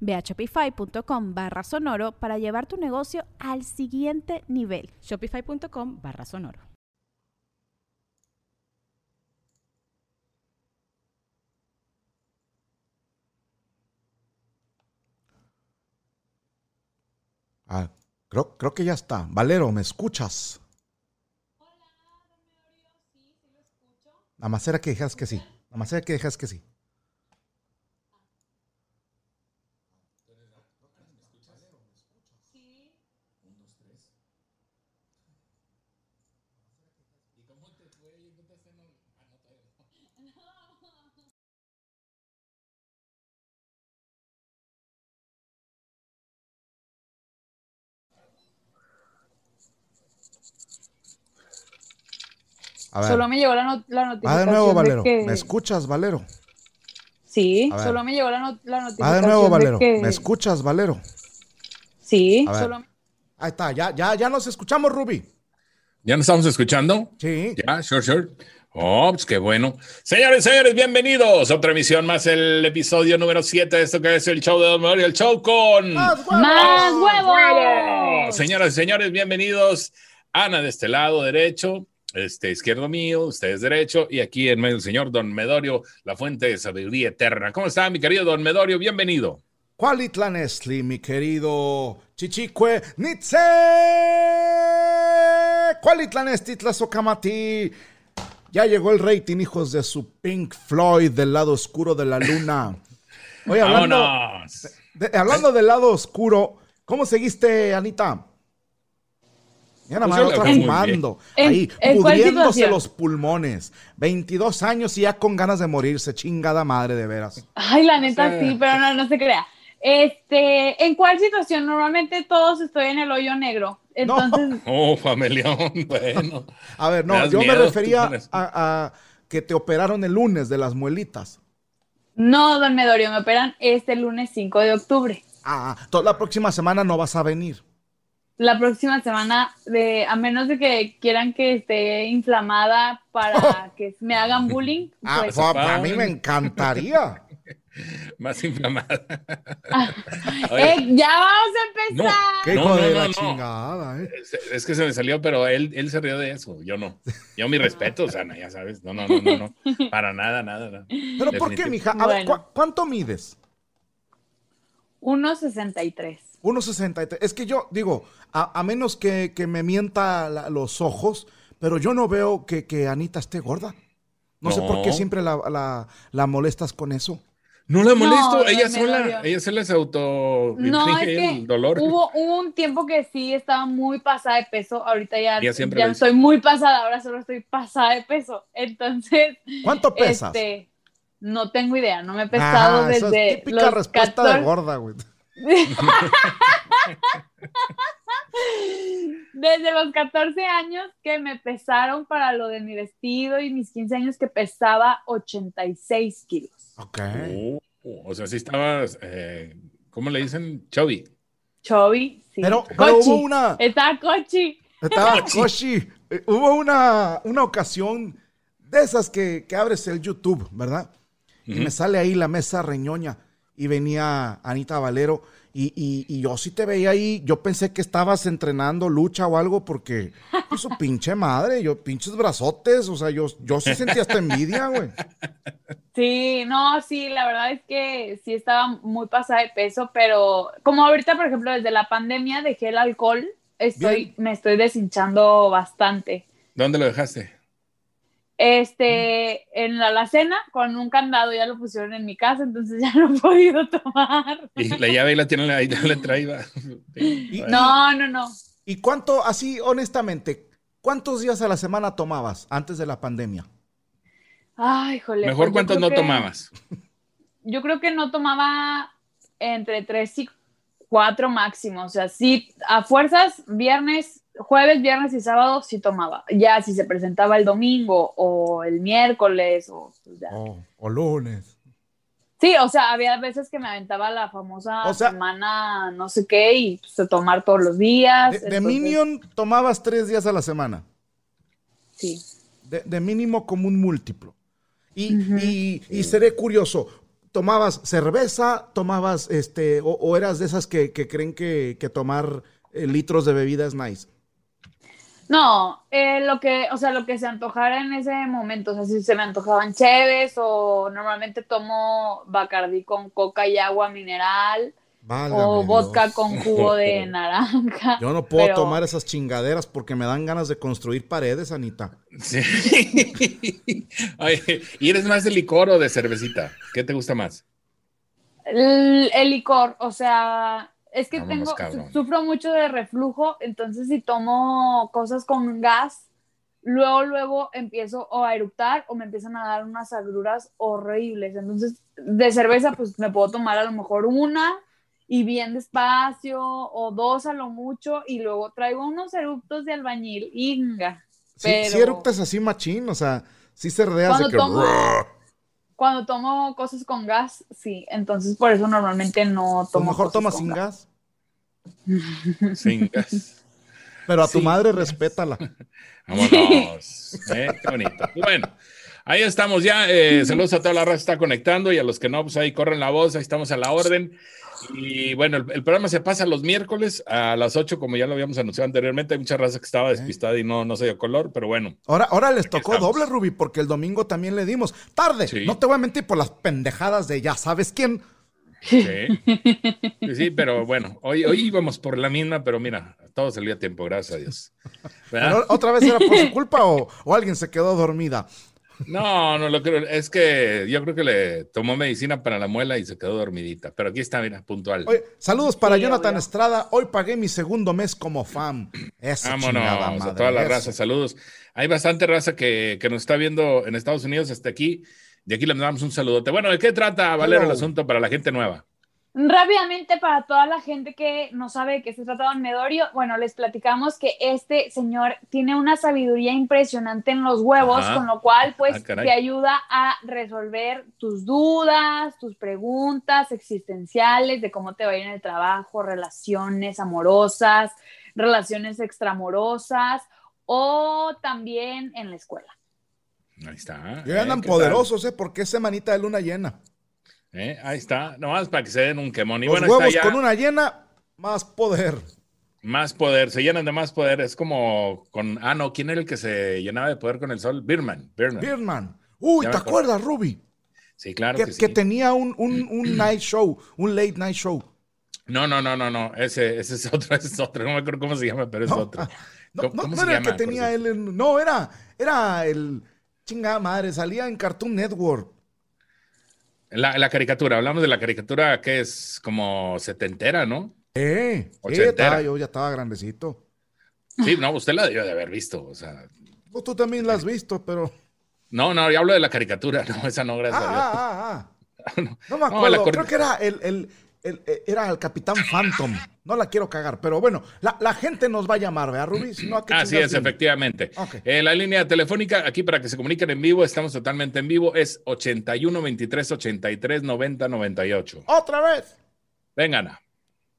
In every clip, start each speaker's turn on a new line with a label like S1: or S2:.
S1: Ve a shopify.com barra sonoro para llevar tu negocio al siguiente nivel.
S2: Shopify.com barra sonoro.
S3: Ah, creo, creo que ya está. Valero, ¿me escuchas? Nada más era que dijeras que sí. Nada más era que dijeras que sí. A ver.
S4: Solo me llegó la, not- la notificación.
S3: Va de nuevo, Valero.
S4: que-
S3: ¿Me escuchas, Valero?
S4: Sí,
S3: A ver.
S4: solo me llegó la, not- la notificación.
S3: Va de nuevo, Valero.
S4: que-
S3: ¿Me escuchas, Valero?
S4: Sí,
S3: A ver.
S4: solo me-
S3: Ahí está, ya, ya, ya nos escuchamos, Ruby.
S5: ¿Ya nos estamos escuchando?
S3: Sí.
S5: Ya, sure, sure. Oh, pues qué bueno. Señores, señores, bienvenidos. Otra emisión más, el episodio número 7 de esto que es el show de Don Mario, el show con...
S4: ¡Ah! ¡Más
S5: ¡Bravo!
S4: huevos!
S5: Señoras y señores, bienvenidos. Ana de este lado derecho, este izquierdo mío, ustedes derecho, y aquí en medio el señor Don Medorio, la fuente de sabiduría eterna. ¿Cómo está, mi querido Don Medorio? Bienvenido.
S3: ¿Cuál Nesli, mi querido Chichicue Nitze? ¿Cuál Socamati? Ya llegó el rating, hijos de su Pink Floyd del lado oscuro de la luna. Oye, hablando,
S5: ¡Vámonos!
S3: de- hablando del lado oscuro, ¿cómo seguiste, Anita? Ya nada
S5: Pues
S3: más
S5: yo
S3: otra
S5: la- muy
S3: fumando,
S4: bien.
S3: ahí,
S4: ¿En- en cuál
S3: pudriéndose
S4: situación?
S3: los pulmones. 22 años y ya con ganas de morirse, chingada madre, de veras.
S4: Ay, la neta
S5: O sea-
S4: sí, pero no, no se crea. Este, ¿en cuál situación? Normalmente todos estoy en el hoyo negro.
S3: No.
S4: Entonces,
S5: Oh, familión, bueno.
S3: A ver,
S5: Me
S3: no,
S5: das
S3: yo me
S5: miedo,
S3: refería
S5: tú eres-
S3: a, a que te operaron el lunes de las muelitas.
S4: no, don Medorio, me operan este lunes 5 de octubre.
S3: Ah, to- la próxima semana no vas a venir.
S4: La próxima semana, de, a menos de que quieran que esté inflamada para que me hagan bullying,
S3: Ah,
S4: pues,
S3: fa-
S5: va.
S3: a mí me encantaría.
S5: Más inflamada. Oye,
S4: eh, ya vamos a empezar.
S3: Qué
S5: No,
S3: hijo
S5: no,
S3: de
S5: no,
S3: la
S5: no.
S3: chingada, ¿eh?
S5: Se- Es que se me salió, pero él, él se rió de eso, yo no. Yo mi respeto, Ana, ya sabes. No, no, no, no, no. Para nada, nada, nada.
S3: Pero ¿por qué,
S5: Definitivo.
S3: mija? A ver,
S4: Bueno.
S3: ¿cu- ¿cuánto mides?
S4: 1.63.
S3: 1.63. Es que yo digo, a, a menos que, que me mienta la- los ojos, pero yo no veo que, que Anita esté gorda. No, sé por qué
S5: No.
S3: siempre la, la- la molestas con eso.
S5: No la molesto,
S4: No, no
S5: ella
S4: me
S5: sola,
S4: dolió.
S5: ella sola se auto
S4: No, es
S5: inflige
S4: que
S5: el dolor.
S4: hubo un tiempo que sí estaba muy pasada de peso. Ahorita ya,
S5: Ya siempre
S4: ya
S5: lo dice.
S4: soy muy pasada, ahora solo estoy pasada de peso. Entonces,
S3: ¿Cuánto pesas?
S4: este, no tengo idea, no me he pesado
S3: Ah, esa es
S4: desde
S3: típica
S4: los
S3: respuesta
S4: 14
S3: de gorda, güey.
S4: Desde los 14 años que me pesaron para lo de mi vestido y mis 15 años que pesaba 86 kilos.
S3: Ok.
S5: Oh, o sea, sí estabas, eh, ¿cómo le dicen? Chubby.
S4: Chovy, sí.
S3: Pero, pero
S4: Cochi.
S3: hubo una,
S4: Estaba cochi.
S3: estaba Koshi, eh, hubo una, una ocasión de esas que, que abres el YouTube, ¿verdad? Y me sale ahí la mesa reñoña y venía Anita Valero y, y- y yo sí te veía ahí, yo pensé que estabas entrenando lucha o algo porque, pues, su pinche madre, yo pinches brazotes, o sea, yo, yo sí sentía hasta envidia, güey.
S4: Sí, no, sí, la verdad es que sí estaba muy pasada de peso, pero como ahorita, por ejemplo, desde la pandemia dejé el alcohol, estoy,
S3: Bien.
S4: me estoy deshinchando bastante.
S5: ¿Dónde lo dejaste?
S4: este, en la alacena con un candado, ya lo pusieron en mi casa, entonces ya no he podido tomar.
S5: Y la llave ahí la tienen ahí, la traída.
S3: Y-
S4: No, no, no.
S3: ¿Y cuánto, así honestamente, cuántos días a la semana tomabas antes de la pandemia?
S4: Ay, jole.
S5: Mejor
S4: pues yo
S5: cuántos
S4: creo
S5: no
S4: que-
S5: tomabas.
S4: Yo creo que no tomaba entre tres y cuatro máximo. O sea, sí, a fuerzas, viernes, jueves, viernes y sábado sí tomaba. Ya si se presentaba el domingo o el miércoles o pues ya.
S3: O, o lunes.
S4: Sí, o sea, había veces que me aventaba la famosa
S3: O sea-
S4: semana no sé qué y pues, a tomar todos los días.
S3: De, de
S4: entonces,
S3: Minion tomabas tres días a la semana.
S4: Sí.
S3: De, de mínimo como un múltiplo. Y,
S4: Ujú.
S3: y- y seré curioso. ¿Tomabas cerveza? ¿Tomabas este, o, o eras de esas que, que creen que, que tomar eh, litros de bebidas nice?
S4: No, eh, lo que, o sea, lo que se antojara en ese momento, o sea, si se me antojaban cheves o normalmente tomo Bacardí con coca y agua mineral o
S3: Válgame
S4: vodka
S3: Dios.
S4: con jugo de naranja.
S3: Yo no puedo
S4: pero-
S3: tomar esas chingaderas porque me dan ganas de construir paredes, Anita.
S5: Sí. Oye, ¿y eres más de licor o de cervecita? ¿Qué te gusta más?
S4: El, el licor, o sea, es que tengo,
S5: Vámonos, cabrón.
S4: su- sufro mucho de reflujo, entonces si tomo cosas con gas, luego, luego empiezo o a eructar o me empiezan a dar unas agruras horribles. Entonces, de cerveza, pues me puedo tomar a lo mejor una y bien despacio o dos a lo mucho y luego traigo unos eructos de albañil, inga.
S3: Si,
S4: Pero-
S3: eructas así machín, o sea, si se rodeas de
S4: Cuando
S3: que...
S4: tomo- Cuando tomo cosas con gas, sí, entonces por eso normalmente no
S3: Pues
S4: tomo.
S3: mejor
S4: cosas
S3: toma
S4: con
S3: sin
S4: gas.
S3: gas.
S5: Sin gas.
S3: Pero a tu
S5: Sin
S3: madre respétala.
S5: Vámonos. Eh, qué bonito. Bueno, ahí estamos ya. Eh, saludos a toda la raza que está conectando y a los que no, pues ahí corren la voz, ahí estamos a la orden. Y bueno, el, el programa se pasa los miércoles a las 8, como ya lo habíamos anunciado anteriormente. Hay mucha raza que estaba despistada y no, no se dio color, pero bueno.
S3: Ahora, ahora les tocó
S5: estamos.
S3: doble, Ruby, porque el domingo también le dimos. Tarde,
S5: Sí.
S3: no te voy a mentir por las pendejadas de ya sabes quién.
S5: Sí. Sí, pues sí, pero bueno, hoy, hoy íbamos por la misma, pero mira, todo salió a tiempo, gracias a Dios. ¿Verdad?
S3: Pero ¿Otra vez era por su culpa o, o alguien se quedó dormida?
S5: No, no lo creo. Es que yo creo que le tomó medicina para la muela y se quedó dormidita. Pero aquí está, mira, puntual.
S3: Oye, saludos para
S4: Sí,
S3: Jonathan
S4: obvio.
S3: Estrada. Hoy pagué mi segundo mes como fan. Esa chingada
S5: Vámonos
S3: madre,
S5: a toda la
S3: eso.
S5: raza, saludos. Hay bastante raza que, que nos está viendo en Estados Unidos hasta aquí. De aquí le mandamos un saludote. Bueno, ¿de qué trata, Valero, el
S3: Hello.
S5: asunto para la gente nueva?
S4: Rápidamente, para toda la gente que no sabe de qué se trata Don Medorio, bueno, les platicamos que este señor tiene una sabiduría impresionante en los huevos,
S5: Ajá.
S4: con lo cual, pues,
S5: Ah, caray.
S4: te ayuda a resolver tus dudas, tus preguntas existenciales de cómo te va a ir en el trabajo, relaciones amorosas, relaciones extramorosas o también en la escuela.
S5: Ahí está.
S3: Ya andan
S5: ¿qué tal?
S3: poderosos, ¿eh? Porque es semanita de luna llena.
S5: Eh, Ahí está. Nomás para que se den un quemón. Y
S3: Los
S5: bueno, ahí
S3: huevos
S5: está ya.
S3: con una llena, más poder.
S5: Más poder. Se llenan de más poder. Es como con. Ah, no. ¿Quién era el que se llenaba de poder con el sol? Birman. Birman.
S3: Birdman. Uy,
S5: Ya
S3: ¿te
S5: me acuerdo.
S3: acuerdas, Ruby?
S5: Sí, claro
S3: Que,
S5: que sí.
S3: que tenía un, un- un night show, un late night show.
S5: No, no, no, no, no. Ese, ese es otro, ese es otro. No me acuerdo cómo se llama, pero es
S3: No,
S5: otro.
S3: ah, No,
S5: ¿Cómo-
S3: no,
S5: cómo
S3: no
S5: se
S3: era el que
S5: llama, por
S3: tenía
S5: cierto?
S3: él en- No, era, era el... Chingada madre, salía en Cartoon Network.
S5: La, la caricatura, hablamos de la caricatura que es como setentera, ¿no?
S3: Eh, sí, ya
S5: Ochentera.
S3: estaba- yo ya estaba grandecito.
S5: Sí, no, usted la debió de haber visto, o sea.
S3: No, tú también la has visto, pero...
S5: No, no, yo hablo de la caricatura, no, esa no,
S3: Ah,
S5: gracias a Dios.
S3: ah, ah, ah. No me
S5: No,
S3: acuerdo,
S5: la cor-
S3: creo que era el, el- el- eh, era el Capitán Phantom. No la quiero cagar, pero bueno, la, la gente nos va a llamar, ¿verdad, Ruby? Si no, ¿a qué
S5: Así
S3: chingas
S5: es,
S3: viene?
S5: efectivamente.
S3: Ok.
S5: Eh, la línea telefónica, aquí para que se comuniquen en vivo, estamos totalmente en vivo, es 81 23 83 90 98.
S3: Otra vez.
S5: Vengan.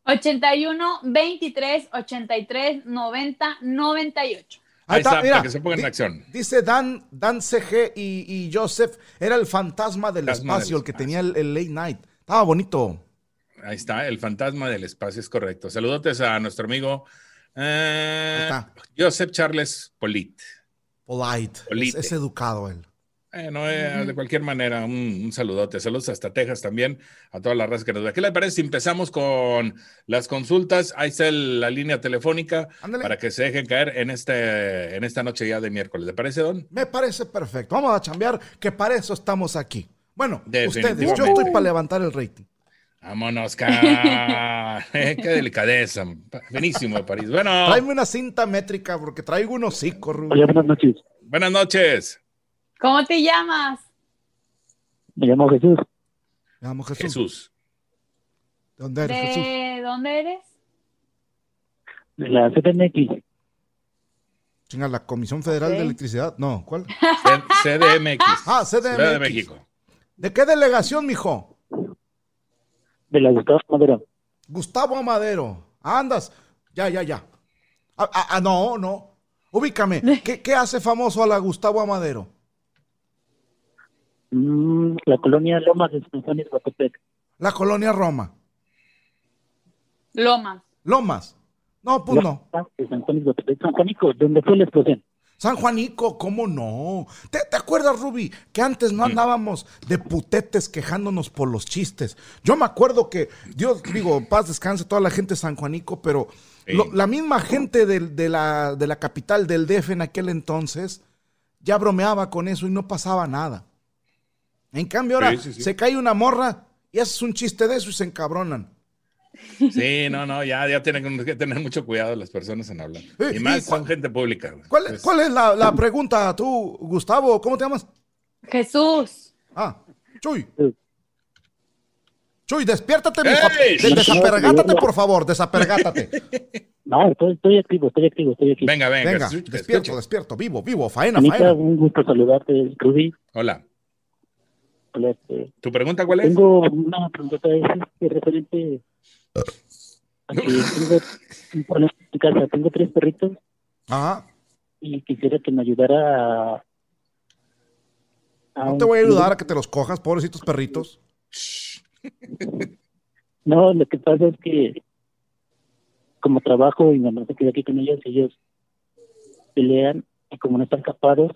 S4: 81, 23, 83, 90, 98.
S5: Ahí está, para
S3: mira,
S5: que se pongan en
S3: di-
S5: acción.
S3: Dice Dan, Dan CG y, y Joseph, era el fantasma del
S5: Fantasma del
S3: espacio, el que
S5: espacio.
S3: tenía el, el late night. Estaba bonito.
S5: Ahí está, el fantasma del espacio es correcto. Saludotes a nuestro amigo eh,
S3: Ahí está.
S5: Joseph Charles Polit.
S3: Polite. Es,
S5: Polite.
S3: es educado él.
S5: Bueno, eh, de cualquier manera, un, un saludote. Saludos hasta Texas también, a toda la raza que nos ve. ¿Qué le parece si empezamos con las consultas? Ahí está el- la línea telefónica
S3: Ándale.
S5: para que se dejen caer en, este, en esta noche ya de miércoles. ¿Le parece, Don?
S3: Me parece perfecto. Vamos a chambear, que para eso estamos aquí. Bueno, ustedes, yo
S5: Definitivamente.
S3: estoy para levantar el rating.
S5: Vámonos, cara. Eh, Qué delicadeza. Pa- Buenísimo de París. Bueno,
S3: Tráeme una cinta métrica porque traigo un hocico, Rubén.
S6: Hola, buenas noches.
S5: buenas noches.
S4: ¿Cómo te llamas?
S6: Me llamo Jesús,
S3: Me llamo Jesús.
S5: Jesús.
S3: ¿De dónde eres, Jesús?
S4: ¿De dónde eres?
S6: de la CTMX.
S3: Chinga, la Comisión Federal
S4: Ok.
S3: de Electricidad. No, ¿cuál?
S5: C- CDMX.
S3: Ah,
S5: Ciudad de
S3: CDMX.
S5: México.
S3: ¿De qué delegación, mijo?
S6: De la Gustavo Madero.
S3: Gustavo Amadero. Andas. Ya, ya, ya. Ah, ah, ah, no, no. Ubícame. ¿Qué, qué hace famoso a la Gustavo Amadero?
S6: Mm, la colonia Lomas de San Juan Guatepec.
S3: La colonia Roma.
S4: Lomas.
S3: Lomas. No, pues no.
S6: De San Juan Guatepec. San Juanico, donde fue la explosión.
S3: San Juanico, ¿cómo no? ¿Te, te acuerdas, Ruby, que antes no andábamos de putetes quejándonos por los chistes? Yo me acuerdo que, Dios, digo, paz descanse toda la gente de San Juanico, pero
S5: Sí.
S3: lo- la misma gente del- de, la, de la capital del DF en aquel entonces ya bromeaba con eso y no pasaba nada. En cambio, ahora
S5: Sí, sí, sí.
S3: se cae una morra y haces un chiste de eso y se encabronan.
S5: Sí, no, no, ya, ya tienen que tener mucho cuidado las personas en hablar.
S3: Eh,
S5: Y
S3: y
S5: más son
S3: cua-
S5: gente pública. güey.
S3: ¿Cuál,
S5: Pues,
S3: cuál es la, la pregunta tú, Gustavo? ¿Cómo te llamas?
S4: Jesús.
S3: Ah, Chuy.
S6: Sí.
S3: Chuy, despiértate, mi
S5: ¡Ey!
S3: De- desapergátate, por favor, desapergátate.
S6: No, estoy, estoy activo, estoy activo, estoy aquí.
S5: Venga, venga.
S3: Venga,
S5: escucha,
S3: despierto,
S5: escucha.
S3: despierto, vivo, vivo, faena,
S6: Anita,
S3: faena.
S6: un gusto saludarte, Rudy.
S5: Hola.
S6: Hola, este,
S5: ¿Tu pregunta cuál es?
S6: tengo una pregunta es, este, referente a que tengo un problema en mi casa. Tengo tres perritos
S3: Ajá,
S6: y quisiera que me ayudara a... a
S3: no
S6: un-
S3: te voy a ayudar a que te los cojas, pobrecitos perritos.
S6: No, lo que pasa es que como trabajo y mi mamá se queda aquí con ellos, ellos pelean y como no están capados,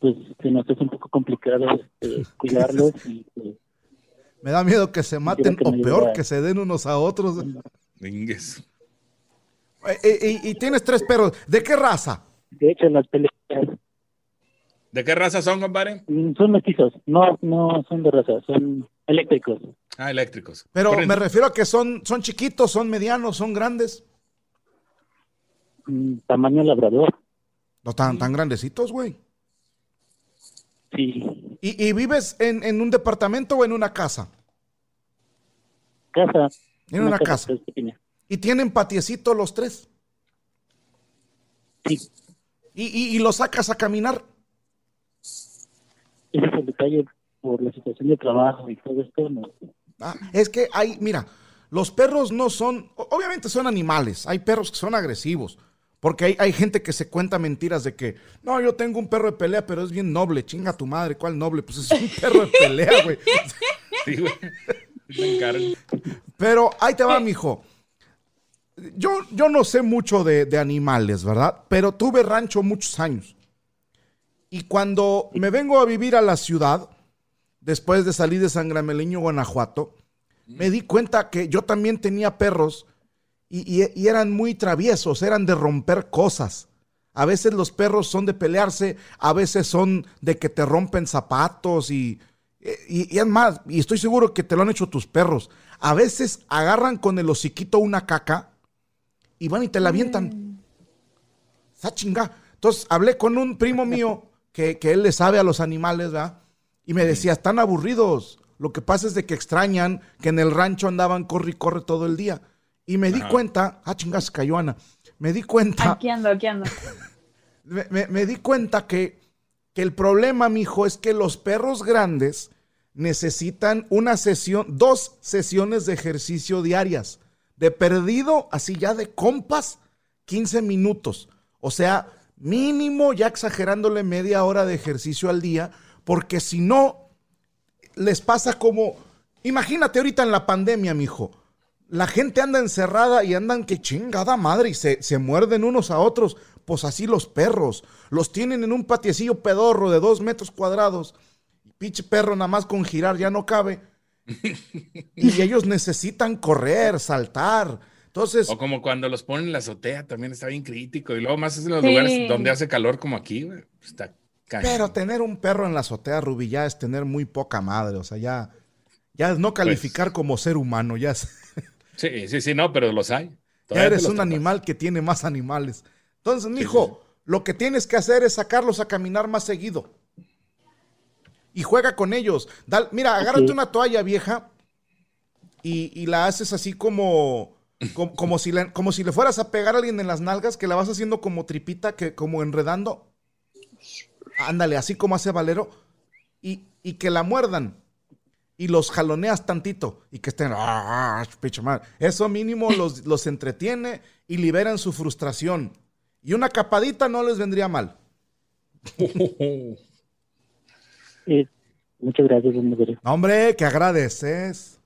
S6: pues se nos hace un poco complicado este, cuidarlos y eh,
S3: Me da miedo que se maten
S6: que
S3: o
S6: me
S3: peor
S6: ayudara.
S3: que se den unos a otros.
S5: Ingues.
S3: Eh, eh, Y, y tienes tres perros. ¿De qué raza?
S6: de hecho las peleas
S5: ¿De qué raza son, compadre?
S6: mm, son mestizos, no, no son de raza, son eléctricos.
S5: Ah, eléctricos.
S3: Pero
S5: Corren-
S3: me refiero a que son, son chiquitos, son medianos, son grandes.
S6: Mm, Tamaño labrador,
S3: No están tan grandecitos, güey.
S6: sí,
S3: ¿Y, y vives en, en un departamento o en una casa?
S6: casa.
S3: En una casa.
S6: pues, pequeña.
S3: ¿Y tienen patiecito los tres?
S6: Sí,
S3: ¿Y, y, y los sacas a caminar?
S6: ese es el detalle por la situación de trabajo y todo esto. ¿no?
S3: Ah, es que hay, mira, los perros no son, o- obviamente son animales, hay perros que son agresivos, porque hay, hay gente que se cuenta mentiras de que, no, yo tengo un perro de pelea, pero es bien noble, chinga tu madre, ¿cuál noble? Pues es un perro de pelea, güey.
S5: Sí, güey. Tan caro.
S3: Pero ahí te va, mijo. Yo, yo no sé mucho de, de animales, ¿verdad? Pero tuve rancho muchos años. Y cuando me vengo a vivir a la ciudad, después de salir de San Grameleño, Guanajuato, me di cuenta que yo también tenía perros y, y- y eran muy traviesos, eran de romper cosas. A veces los perros son de pelearse, a veces son de que te rompen zapatos y, y, y es más, y estoy seguro que te lo han hecho tus perros. A veces agarran con el hociquito una caca y van y te la avientan. Está chinga. Entonces hablé con un primo mío que, que él le sabe a los animales, ¿verdad? Y me decía, están aburridos. Lo que pasa es de que extrañan que en el rancho andaban corre y corre todo el día. Y me di
S5: Ajá.
S3: cuenta, ah, chingas, cayó Ana. Me di cuenta
S4: Aquí ando, aquí ando.
S3: me, me- me di cuenta que, que el problema, mijo, es que los perros grandes necesitan una sesión, dos sesiones de ejercicio diarias. De perdido, así ya de compas, 15 minutos. O sea, mínimo, ya exagerándole media hora de ejercicio al día, porque si no, les pasa como, imagínate ahorita en la pandemia, mijo. La gente anda encerrada y andan que chingada madre y se, se muerden unos a otros pues así los perros. Los tienen en un patiecillo pedorro de dos metros cuadrados. Pinche perro nada más con girar ya no cabe. y ellos necesitan correr, saltar. Entonces,
S5: O como cuando los ponen en la azotea, también está bien crítico. Y luego más es en los
S4: Sí.
S5: lugares donde hace calor, como aquí, güey. Está cañón.
S3: pero tener un perro en la azotea, Rubi, ya es tener muy poca madre. O sea, ya, ya es no
S5: Pues
S3: calificar como ser humano, ya es...
S5: Sí, sí, sí, no, pero los hay.
S3: Ya
S5: Todavía te
S3: eres
S5: los
S3: un
S5: topas.
S3: animal que tiene más animales. Entonces,
S5: sí,
S3: mijo, lo que tienes que hacer es sacarlos a caminar más seguido. Y juega con ellos. Dal- mira, agárrate
S6: Ok.
S3: una toalla vieja y, y la haces así como, como, como si le, como si le fueras a pegar a alguien en las nalgas, que la vas haciendo como tripita, que, como enredando. Ándale, así como hace Valero. Y, y que la muerdan. Y los jaloneas tantito. Y que estén. "Ah, ah, pinche madre". Eso mínimo los, los entretiene y liberan su frustración. Y una capadita no les vendría mal.
S6: Eh, muchas gracias, don Gregorio.
S3: No, hombre, que agradeces.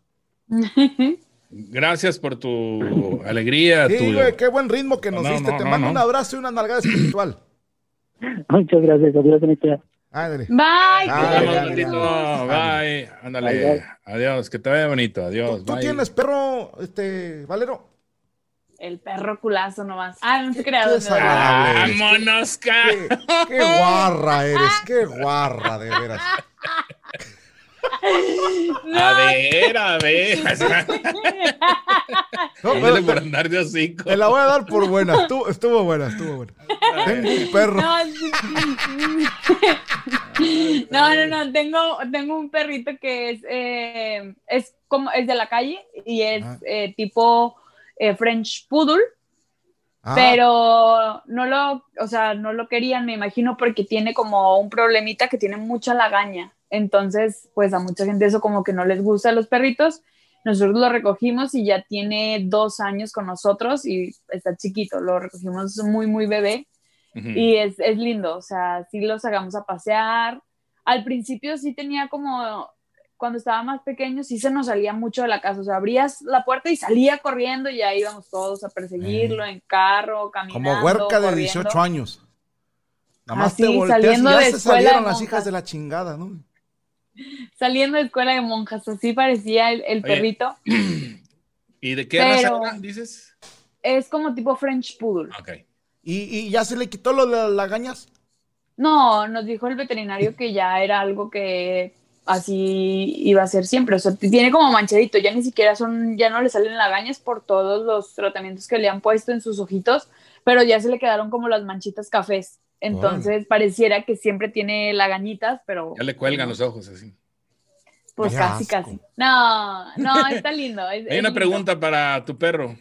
S5: Gracias por tu alegría.
S3: Sí,
S5: tu-
S3: güey, qué buen ritmo que nos
S5: No,
S3: diste.
S5: no,
S3: Te
S5: no,
S3: mando
S5: no.
S3: un abrazo y una nalgada espiritual.
S6: Muchas gracias, adiós, Anita.
S3: Ándale.
S4: Bye.
S5: Nos
S3: Ay,
S5: vemos,
S3: ya,
S5: Betito.
S3: mira.
S5: Bye. Ándale.
S6: Bye, bye.
S5: Adiós. Que te vaya bonito.
S3: ¿Tú,
S5: Adiós.
S3: tú
S5: Bye.
S3: tienes perro, este, Valero?
S4: El perro culazo nomás. Ah, no te creas.
S3: Qué
S4: don Eduardo.
S3: desagradable.
S5: ¡Vámonos, ca!
S3: Qué, qué guarra eres, qué guarra, de veras.
S5: A ver, a ver.
S3: No,
S5: Ándale
S3: pero
S5: por
S3: te,
S5: andar de hocico.
S3: te la voy a dar por buena. Estuvo, estuvo buena, estuvo buena. Tengo un perro.
S4: No,
S3: Ah,
S4: sí. no, no, no, tengo, tengo un perrito que es, eh, es como es de la calle y es
S3: Ajá.
S4: eh, tipo eh, French Poodle,
S3: Ah,
S4: pero no lo, o sea, no lo querían, me imagino, porque tiene como un problemita que tiene mucha lagaña. Entonces, pues a mucha gente eso como que no les gusta a los perritos. Nosotros lo recogimos y ya tiene dos años con nosotros y está chiquito, lo recogimos muy, muy bebé.
S5: Ujú.
S4: Y es, es lindo, o sea, sí los sacamos a pasear. Al principio sí tenía como, cuando estaba más pequeño, sí se nos salía mucho de la casa, o sea, abrías la puerta y salía corriendo y ahí íbamos todos a perseguirlo
S5: Eh.
S4: en carro, caminando.
S3: como huerca de
S4: corriendo.
S3: 18 años. Nada más
S4: Así,
S3: te volteas y
S4: saliendo
S3: ya
S4: de
S3: se
S4: escuela
S3: salieron
S4: de
S3: las
S4: monjas.
S3: hijas de la chingada, ¿no?
S4: Saliendo de escuela de monjas, así parecía el, el
S5: Oye.
S4: perrito.
S5: ¿Y de qué
S4: Pero-
S5: raza era, dices?
S4: Es como tipo French Poodle.
S5: Ok.
S3: ¿Y, y ya se le quitó lo de las lagañas?
S4: No, nos dijo el veterinario que ya era algo que así iba a ser siempre. O sea, tiene como manchadito, ya ni siquiera son, ya no le salen lagañas por todos los tratamientos que le han puesto en sus ojitos, pero ya se le quedaron como las manchitas cafés. Entonces pareciera que siempre tiene lagañitas, pero
S5: Ya le cuelgan los ojos así.
S4: pues
S3: Qué
S4: casi,
S3: asco.
S4: casi. No, no, está lindo. es-
S5: Hay
S4: es
S5: una
S4: lindo.
S5: pregunta para tu perro.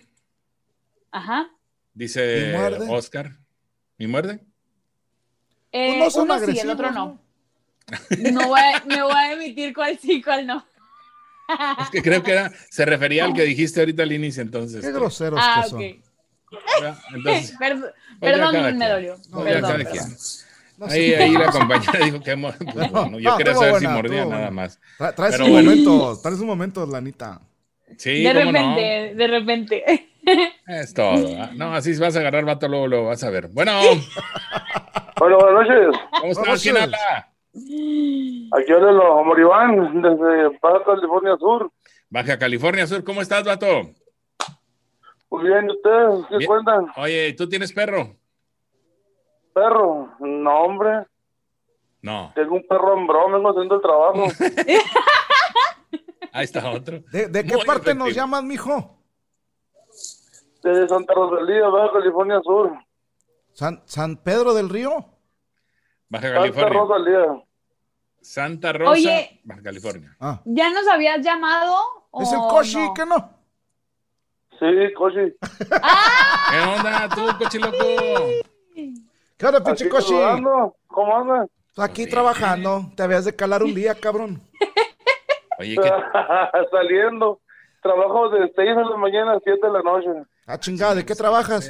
S4: Ajá.
S5: Dice
S3: ¿Y muerde?
S5: Oscar. ¿Y muerde?
S4: Eh,
S3: Pues no son
S4: uno sí, el
S3: agresivos,
S4: otro
S3: ¿no?
S4: no. No voy a- me voy a emitir cuál sí, cuál no. Ah,
S5: Es que creo que era, se refería al que dijiste ahorita al inicio, entonces. este,
S3: Qué groseros
S4: Ah,
S3: que son.
S4: ok.
S5: ¿verdad? Entonces,
S4: Perdón,
S5: Pues ya
S4: perdón,
S5: cada quien.
S4: me dolió.
S3: No,
S5: ya
S4: Perdón,
S5: cada
S4: perdón.
S5: quien.
S3: No
S5: ahí,
S3: sé.
S5: ahí la compañera dijo que mor- pues bueno, yo
S3: No,
S5: quería
S3: estuvo
S5: saber si
S3: buena,
S5: mordía
S3: estuvo
S5: nada
S3: buena.
S5: más.
S3: Tra- traes
S5: Pero
S3: un
S5: bueno.
S3: momento, traes un momento, Lanita.
S5: Sí,
S4: de
S5: cómo
S4: repente, de repente.
S5: no. Es todo. ¿ah? No, así vas a agarrar vato luego, lo vas a ver. Bueno,
S7: Hola, buenas noches.
S5: ¿cómo
S3: Vamos,
S5: estás? ¿Quién
S3: Chels.
S5: habla?
S7: Aquí habla el Omar Iván, desde Baja California Sur.
S5: Baja California Sur, ¿cómo estás, vato?
S7: Muy bien, ¿y ustedes qué
S5: Bien.
S7: cuentan?
S5: Oye, ¿tú tienes perro?
S7: ¿Perro? No, hombre.
S5: No,
S7: Tengo un perro hombrón, vengo haciendo el trabajo.
S5: ahí está otro.
S3: ¿De, de qué
S5: Muy
S3: parte
S5: efectivo.
S3: nos llamas, mijo?
S7: Desde Santa Rosalía, Baja California Sur.
S3: ¿San, San Pedro del Río?
S5: Baja
S7: Santa
S5: California.
S7: Rosalía.
S5: Santa Rosa,
S4: Oye.
S5: Baja California.
S3: Ah,
S4: ¿Ya nos habías llamado?
S3: es el
S4: o
S3: Koshi,
S4: no?
S3: ¿qué no?
S7: Sí, Cochi.
S5: ¿Qué onda tú, cochiloco?
S3: ¿Qué onda,
S7: Aquí
S3: pinche Koshi?
S7: saludando. ¿Cómo andas?
S3: Aquí trabajando, te habías de calar un día, cabrón.
S5: Oye, ¿qué,
S7: Saliendo. Trabajo de 6 de la mañana a 7 de la noche.
S3: Ah, chingada, ¿de qué trabajas?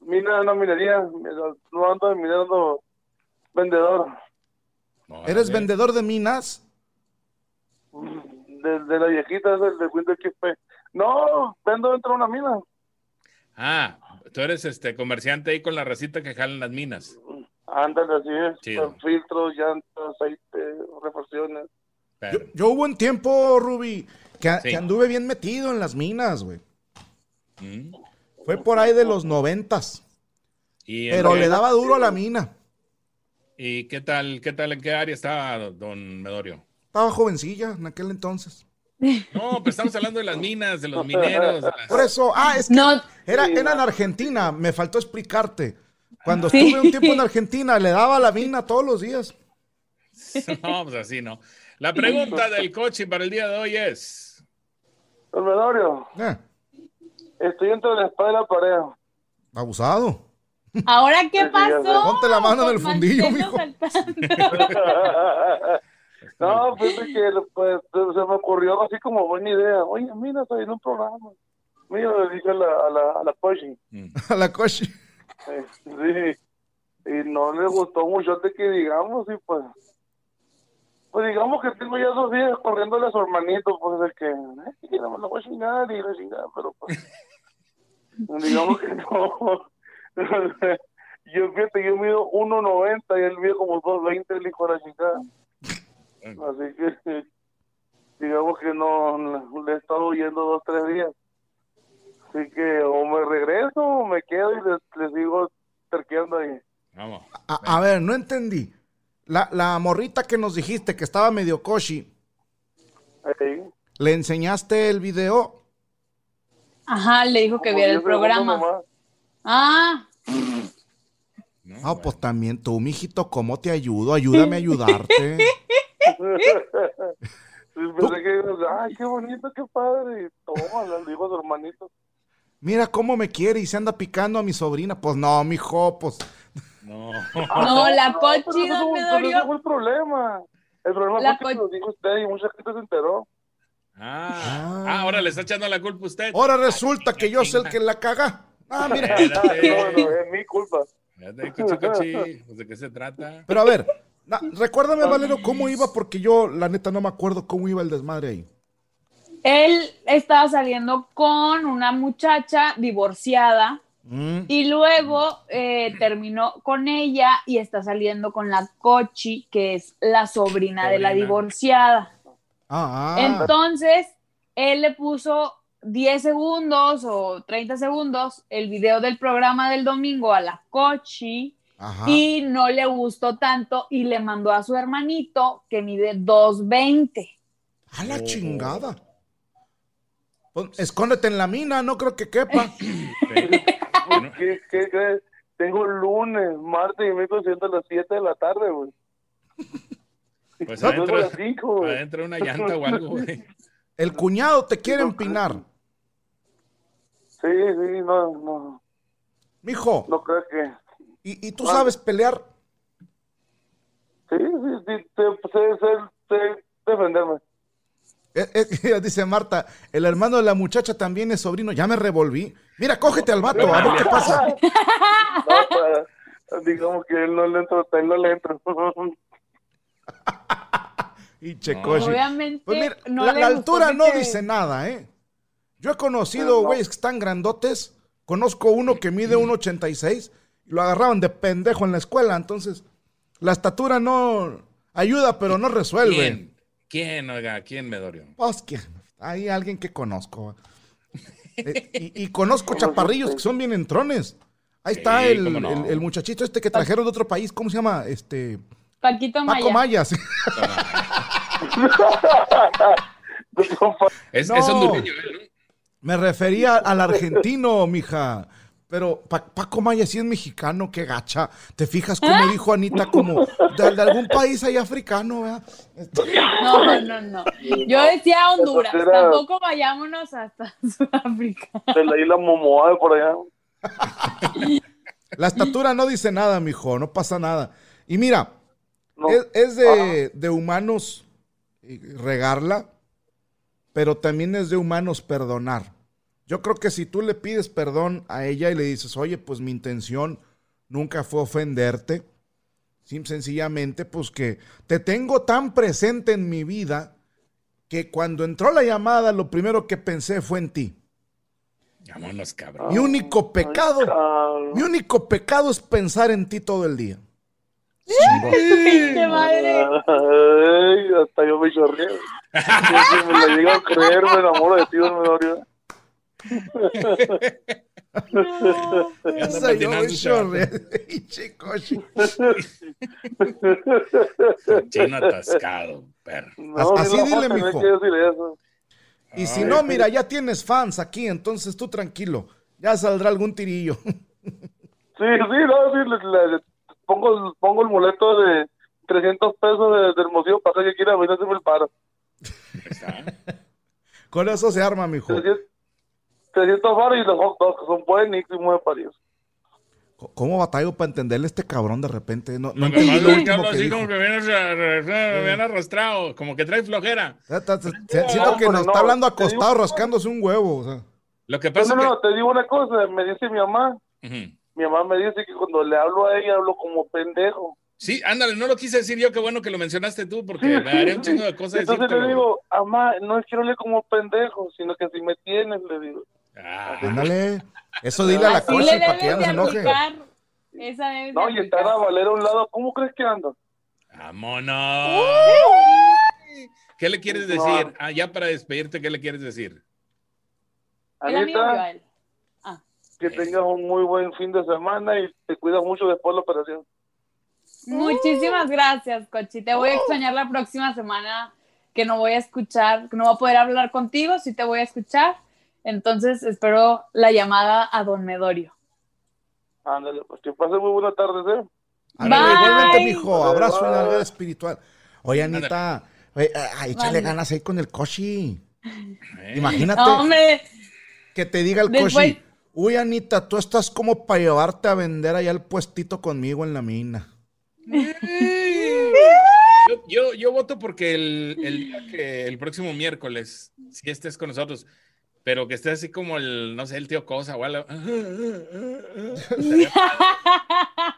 S7: Mina en la minería. No ando mirando vendedor.
S3: ¿Eres
S5: órale.
S3: vendedor de minas?
S7: De, de la viejita, es el de Windows XP. No, vendo dentro de una mina.
S5: Ah, tú eres este comerciante ahí con la racita que jalan las minas.
S7: Ándale, así es.
S5: Chido.
S7: Con filtros, llantas, aceite, refacciones.
S3: Yo,
S5: Pero,
S3: yo hubo un tiempo, Ruby, que, a-
S5: Eh. Sí.
S3: que anduve bien metido en las minas, güey.
S5: mm,
S3: Fue por ahí de los noventas.
S5: y en
S3: Pero
S5: qué-
S3: le daba duro a la mina.
S5: ¿Y qué tal, qué tal, en qué área está don Medorio?
S3: Estaba jovencilla en aquel entonces.
S5: No, pero estamos hablando de las minas, de los mineros. de las-
S3: Por eso, ah, es que
S4: No,
S3: era,
S7: Sí,
S3: era en
S7: no.
S3: Argentina, me faltó explicarte. Cuando
S4: Sí.
S3: estuve un tiempo en Argentina, le daba a la mina todos los días.
S5: No, pues así no. La pregunta del coche para el día de hoy es,
S7: Don Medorio,
S3: Eh,
S7: estoy entre la espada y la pared.
S3: abusado.
S4: ¿ahora qué
S7: Sí, ya sé.
S4: pasó?
S3: Ponte la mano en el
S4: Con
S3: fundillo,
S4: Marcelo
S3: mijo.
S4: saltando.
S7: no, fíjate que pues, se me ocurrió así como buena idea. Oye, mira, estoy en un programa. Mira, le dije a la, a la, a la Poshi.
S5: mm,
S3: A la coche.
S7: Eh, sí. Y no le gustó mucho de que digamos, y pues. Pues digamos que tengo ya dos días corriéndole a su hermanito, pues el que. "Ay, que no me lo voy a chingar y la chingada, pero pues. digamos que no. yo fíjate, yo mido 1.90 y él mide como 2.20, el hijo de la chingada. Así que. Digamos que no. Le he estado oyendo dos, tres días. Así que o me regreso o me quedo y les, les digo terqueando ahí.
S5: vamos.
S3: A, a ver, no entendí. La, la morrita que nos dijiste que estaba medio coshi,
S7: Ahí.
S3: ¿le enseñaste el video?
S4: Ajá, le dijo que
S7: Como
S4: viera el
S7: diez segundos
S4: programa.
S7: nomás.
S4: Ah,
S5: No,
S3: Ah,
S5: bueno.
S3: pues también tú, mijito, ¿cómo te ayudo? Ayúdame a ayudarte.
S7: Y pensé que, ay, qué bonito, qué padre. Y toma, le digo a su hermanito.
S3: Mira cómo me quiere y se anda picando a mi sobrina. Pues no, mijo, pues.
S5: No.
S4: no, la
S7: pero
S4: Pochi,
S7: eso
S4: don
S7: fue- pero ese
S4: Medorio.
S7: fue el problema. El problema
S4: La
S7: fue
S4: Pochi-
S7: que se lo dijo usted y mucha gente se enteró.
S5: Ah, ah, ahora le está echando la culpa a usted.
S3: Ahora resulta que yo soy el que la caga. Ah, mira.
S7: No, no, eh,
S5: Espérate,
S7: es mi culpa.
S5: espérate, cochi, cochi, pues, ¿De qué se trata?
S3: Pero a ver, na- recuérdame, Valero, cómo iba, porque yo, la neta, no me acuerdo cómo iba el desmadre ahí.
S4: Él estaba saliendo con una muchacha divorciada
S3: Mm,
S4: y luego eh, terminó con ella y está saliendo con la Cochi, que es la sobrina de la
S5: Sobrina.
S4: divorciada.
S3: Ah, ah.
S4: Entonces, él le puso 10 segundos o 30 segundos el video del programa del domingo a la Cochi
S3: Ajá.
S4: y no le gustó tanto y le mandó a su hermanito que mide 220.
S3: A la chingada. Pues, escóndete en la mina, no creo que quepa.
S5: Bueno,
S7: ¿Qué, qué crees? Tengo lunes, martes y miércoles siendo a las 7 de la tarde, güey.
S5: pues
S7: Yo llego a
S5: adentro,
S7: las 5, güey.
S5: adentro una llanta o algo, güey.
S3: El cuñado te quiere empinar.
S7: Sí, sí, no, no.
S3: Mijo,
S7: No creo que.
S3: ¿y, y tú sabes pelear?
S7: Sí, sí, sí, pues, sé, sé- sé- sé defenderme.
S3: Eh, eh, dice Marta, el hermano de la muchacha también es sobrino. Ya me revolví. Mira, cógete al vato, a ver qué pasa.
S7: No, pa- digamos que él no le entra, a él no le entra.
S3: Y Checoshi.
S4: Obviamente,
S3: Pues mira,
S4: no
S3: la,
S4: le
S3: la
S4: gustó
S3: altura no
S4: porque-
S3: dice nada, ¿eh? Yo he
S7: Ah,
S3: conocido
S7: no.
S3: güeyes que están grandotes. Conozco uno que mide 1,86 y lo agarraban de pendejo en la escuela. Entonces, la estatura no ayuda, pero no resuelve.
S5: ¿Quién? ¿Quién, oiga? ¿Quién, Medorio?
S3: Pues, ¿quién? Hay alguien que conozco. Eh, y, y conozco chaparrillos que son bien entrones. Ahí está
S5: Sí,
S3: el,
S5: cómo no.
S3: el- el muchachito este que trajeron de otro país. ¿Cómo se llama? Este
S4: Paquito Maya.
S3: Paco Mayas.
S5: Es,
S3: No.
S5: es hondureño, ¿eh? él, ¿no?
S3: Me refería al argentino, mija. Pero Pa- Paco Maya sí es mexicano, qué gacha. ¿Te fijas
S4: ¿Eh?
S3: cómo dijo Anita? Como de, de algún país ahí africano, ¿verdad? Este,
S4: No, no, no. Yo decía Honduras.
S7: Eso era-
S4: Tampoco vayámonos hasta Sudáfrica.
S7: De la isla Momoa de por allá.
S3: La estatura no dice nada, mijo, no pasa nada. Y mira,
S7: No.
S3: es, es de, de humanos eh, regarla, pero también es de humanos perdonar. Yo creo que si tú le pides perdón a ella y le dices, oye, pues mi intención nunca fue ofenderte, sim- sencillamente, pues que te tengo tan presente en mi vida que cuando entró la llamada, lo primero que pensé fue en ti.
S5: Vámonos, cabrón.
S3: Mi único
S7: Ay,
S3: pecado,
S7: cabrón.
S3: mi único pecado es pensar en ti todo el día.
S4: Pinche madre.
S7: Ay, hasta yo me chorreo. Si me lo llego a creer, me enamoro de ti, don Medorio.
S4: No.
S5: Anda
S3: Esa yo
S5: patinando,
S3: me
S5: chaval.
S3: chorré. Chico, chi-
S5: Chino atascado, perro.
S7: No,
S3: Así
S7: sí, no,
S3: dile,
S7: tenés
S3: mijo.
S7: que decirle eso.
S3: Y si
S5: Ay, pues.
S3: no, mira, ya tienes fans aquí, entonces tú tranquilo. Ya saldrá algún tirillo.
S7: Sí, sí, no, sí, le, le- le- pongo, el- pongo el boleto de 300 pesos de, del Hermosillo para acá que quiera venir a hacerme el paro.
S5: ahí está.
S3: Con eso se arma, mijo.
S7: 300, 300 baros y los hot dogs son buenísimos de París.
S3: Co- ¿Cómo batallo para entenderle a este cabrón de repente? No, no
S5: Lo que
S3: entendí
S5: pasa es
S3: lo
S5: que
S3: último
S5: hablo
S3: que
S5: así
S3: dijo. Eh.
S5: como que me han arra- arra- me han arrastrado, como que trae flojera.
S3: Ta- ta- ta- Siento que
S7: No,
S3: nos
S7: no,
S3: está hablando
S7: te digo-
S3: acostado, rascándose un huevo. o sea.
S5: Lo que
S7: No,
S5: pasa
S7: no,
S5: es
S7: no, te digo una cosa, me dice mi mamá,
S5: que. Ujú.
S7: mi mamá me dice que cuando le hablo a ella hablo como pendejo.
S5: Sí, ándale, no lo quise decir yo, qué bueno que lo mencionaste tú, porque
S7: Sí,
S5: me daría
S7: sí,
S5: un chingo de
S7: sí.
S5: cosas
S7: Entonces
S5: decírtelo,
S7: le digo, mamá, no es que hable como pendejo, sino que si me tienes, le digo.
S5: güey. Ah,
S3: Ándale. Eso dile a la
S4: Así
S3: coche
S4: le
S3: para que ya
S4: debes
S3: no
S4: de
S3: se enoje.
S4: aplicar. Esa debes
S7: No,
S4: de
S7: y está la
S4: aplicar.
S7: Valera a un lado, ¿cómo crees que anda?
S5: vámonos. ¿Qué le quieres
S7: "Uh". No.
S5: decir? Ah, ya para despedirte, ¿qué le quieres decir?
S4: El amigo
S7: Anita,
S4: Joel.
S7: que tengas un muy buen fin de semana y te cuidas mucho después de la operación.
S5: Uh.
S4: Muchísimas gracias, Cochi. Te voy a extrañar la próxima semana que no voy a escuchar, que no voy a poder hablar contigo, sí te voy a escuchar. Entonces espero la llamada a Don Medorio.
S7: Ándale, pues que pases muy buena tarde, ¿eh?
S3: Ándale,
S4: Bye.
S3: igualmente, mijo. Abrazo en la
S7: Bye.
S3: vida espiritual. Oye, Anita, eh, eh, ay, échale
S4: Vale.
S3: ganas ahí con el cochi.
S5: Eh,
S3: Imagínate
S4: No, hombre,
S3: que te diga el
S4: Después-
S3: cochi. Uy, Anita, tú estás como para llevarte a vender allá el puestito conmigo en la mina.
S5: Yo, yo, yo voto porque el, el día que el próximo miércoles, si estés con nosotros, pero que estés así como el, no sé, el tío Cosa o algo. Estaría padre.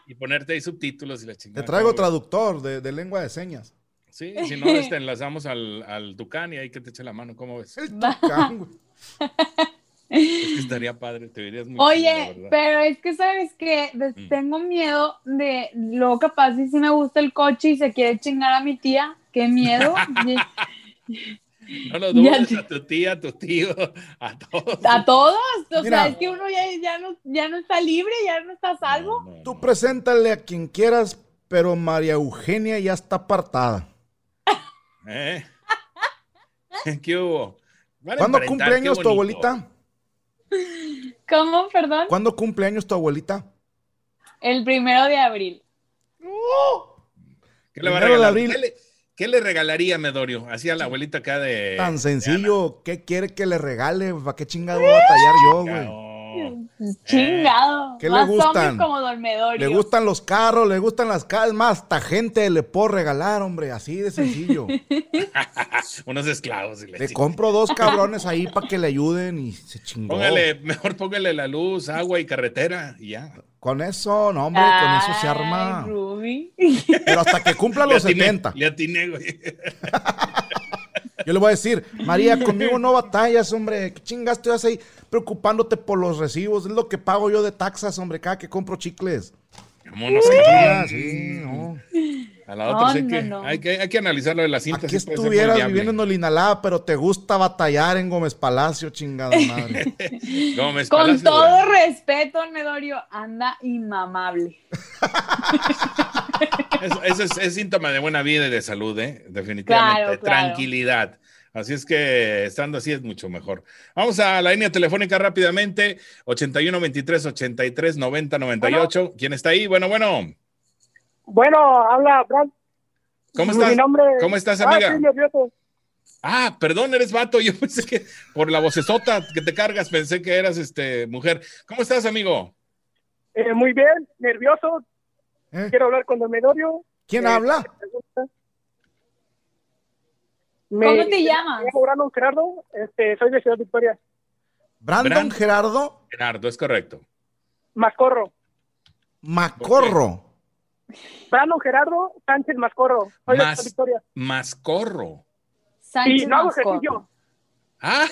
S5: Y ponerte ahí subtítulos y la
S3: Te
S5: chingada.
S3: traigo
S5: ¿cómo ves?
S3: traductor de, de lengua de señas.
S5: Ah, Sí, si no, este, te enlazamos al, al Tucán y ahí que te eche la mano, ¿cómo ves?
S3: El tucán, güey.
S5: Es que estaría padre, te verías muy
S4: oye,
S5: chingón, la verdad.
S4: pero es que sabes que
S5: Mm.
S4: tengo miedo de luego capaz si sí me gusta el coche y se quiere chingar a mi tía, qué miedo. Y-
S5: No lo
S4: ya
S5: dudes
S4: te-
S5: a tu tía, a tu tío, a todos.
S4: a todos, o
S3: Mira.
S4: sea, es que uno ya, ya no, ya no está libre, ya no está a salvo.
S5: No, no,
S3: Tú
S5: no.
S3: preséntale a quien quieras, pero María Eugenia ya está apartada.
S5: ¿Eh? ¿Qué hubo? Van a
S3: ¿Cuándo
S5: emparentar, qué
S3: cumpleaños tu
S5: bonito.
S3: abuelita?
S4: ¿Cómo? Perdón.
S3: ¿Cuándo cumpleaños tu abuelita?
S4: El primero de abril.
S5: ¿Qué le, va a
S3: Primero de
S5: regalar?
S3: abril.
S5: ¿Qué le- qué le regalaría Medorio? Así a la abuelita acá de.
S3: Tan sencillo, ¿qué quiere que le regale? ¿Para qué chingado voy a batallar yo, güey?
S5: No.
S4: Chingado.
S3: ¿Qué le
S4: Más
S3: gustan?
S4: hombres como dormedorio.
S3: Le gustan los carros, le gustan las calmas, más, hasta gente le puedo regalar, hombre, así de sencillo.
S5: Unos esclavos. y la
S3: Le
S5: chingada.
S3: compro dos cabrones ahí para que le ayuden y se chingó.
S5: Póngale, mejor póngale la luz, agua y carretera y ya.
S3: Con eso, no, hombre, con eso se arma.
S4: Ay, Ruby.
S3: Pero hasta que cumpla
S5: Le
S3: los
S5: atiné-
S3: 70.
S5: Le atiné, güey.
S3: Yo le voy a decir, María, conmigo no batallas, hombre. ¿Qué chingas te vas ahí preocupándote por los recibos? Es lo que pago yo de taxas, hombre, cada que compro chicles.
S5: Vámonos,
S3: Ah,
S5: cabrón.
S3: sí, no.
S5: A la otra
S4: No,
S5: sí
S4: no,
S5: que-
S4: Oh, no.
S5: Hay, que, hay que analizar lo de la cinta.
S3: Aquí
S5: sí puede ser muy
S3: estuvieras
S5: viable.
S3: viviendo en Olinalá, pero te gusta batallar en Gómez Palacio, chingada madre.
S5: Gómez
S4: Con
S5: Palacio,
S4: todo
S5: güey.
S4: respeto, Medorio, anda inmamable.
S5: Eso, eso es, es síntoma de buena vida y de salud, ¿eh? definitivamente.
S4: Claro, claro.
S5: Tranquilidad. Así es que estando así es mucho mejor. Vamos a la línea telefónica rápidamente. 81 23 83 90 98. ¿Quién está ahí? Bueno, bueno.
S8: Bueno, habla Fran.
S5: ¿Cómo
S8: Mi
S5: estás?
S8: nombre-
S5: ¿Cómo estás,
S8: Ah,
S5: amiga?
S8: estoy nervioso.
S5: Ah, perdón, eres vato. Yo pensé que por la vocesota que te cargas pensé que eras este mujer. ¿Cómo estás, amigo?
S8: Eh, muy bien, nervioso.
S3: ¿Eh?
S8: Quiero hablar con Domedorio. Eh,
S3: ¿Quién habla?
S4: ¿Cómo te llamas?
S8: Me llamo Brandon Gerardo. Este, soy de Ciudad Victoria.
S3: Brandon
S5: Brand-
S3: Gerardo
S5: Gerardo, es correcto.
S8: Mascorro.
S3: Macorro.
S8: Brandon Gerardo Sánchez Mascorro. Soy de
S5: Mas-
S8: Ciudad Victoria.
S5: Mascorro.
S4: Sánchez
S8: Y no hago
S4: Mascota.
S8: ejercicio.
S5: Ah,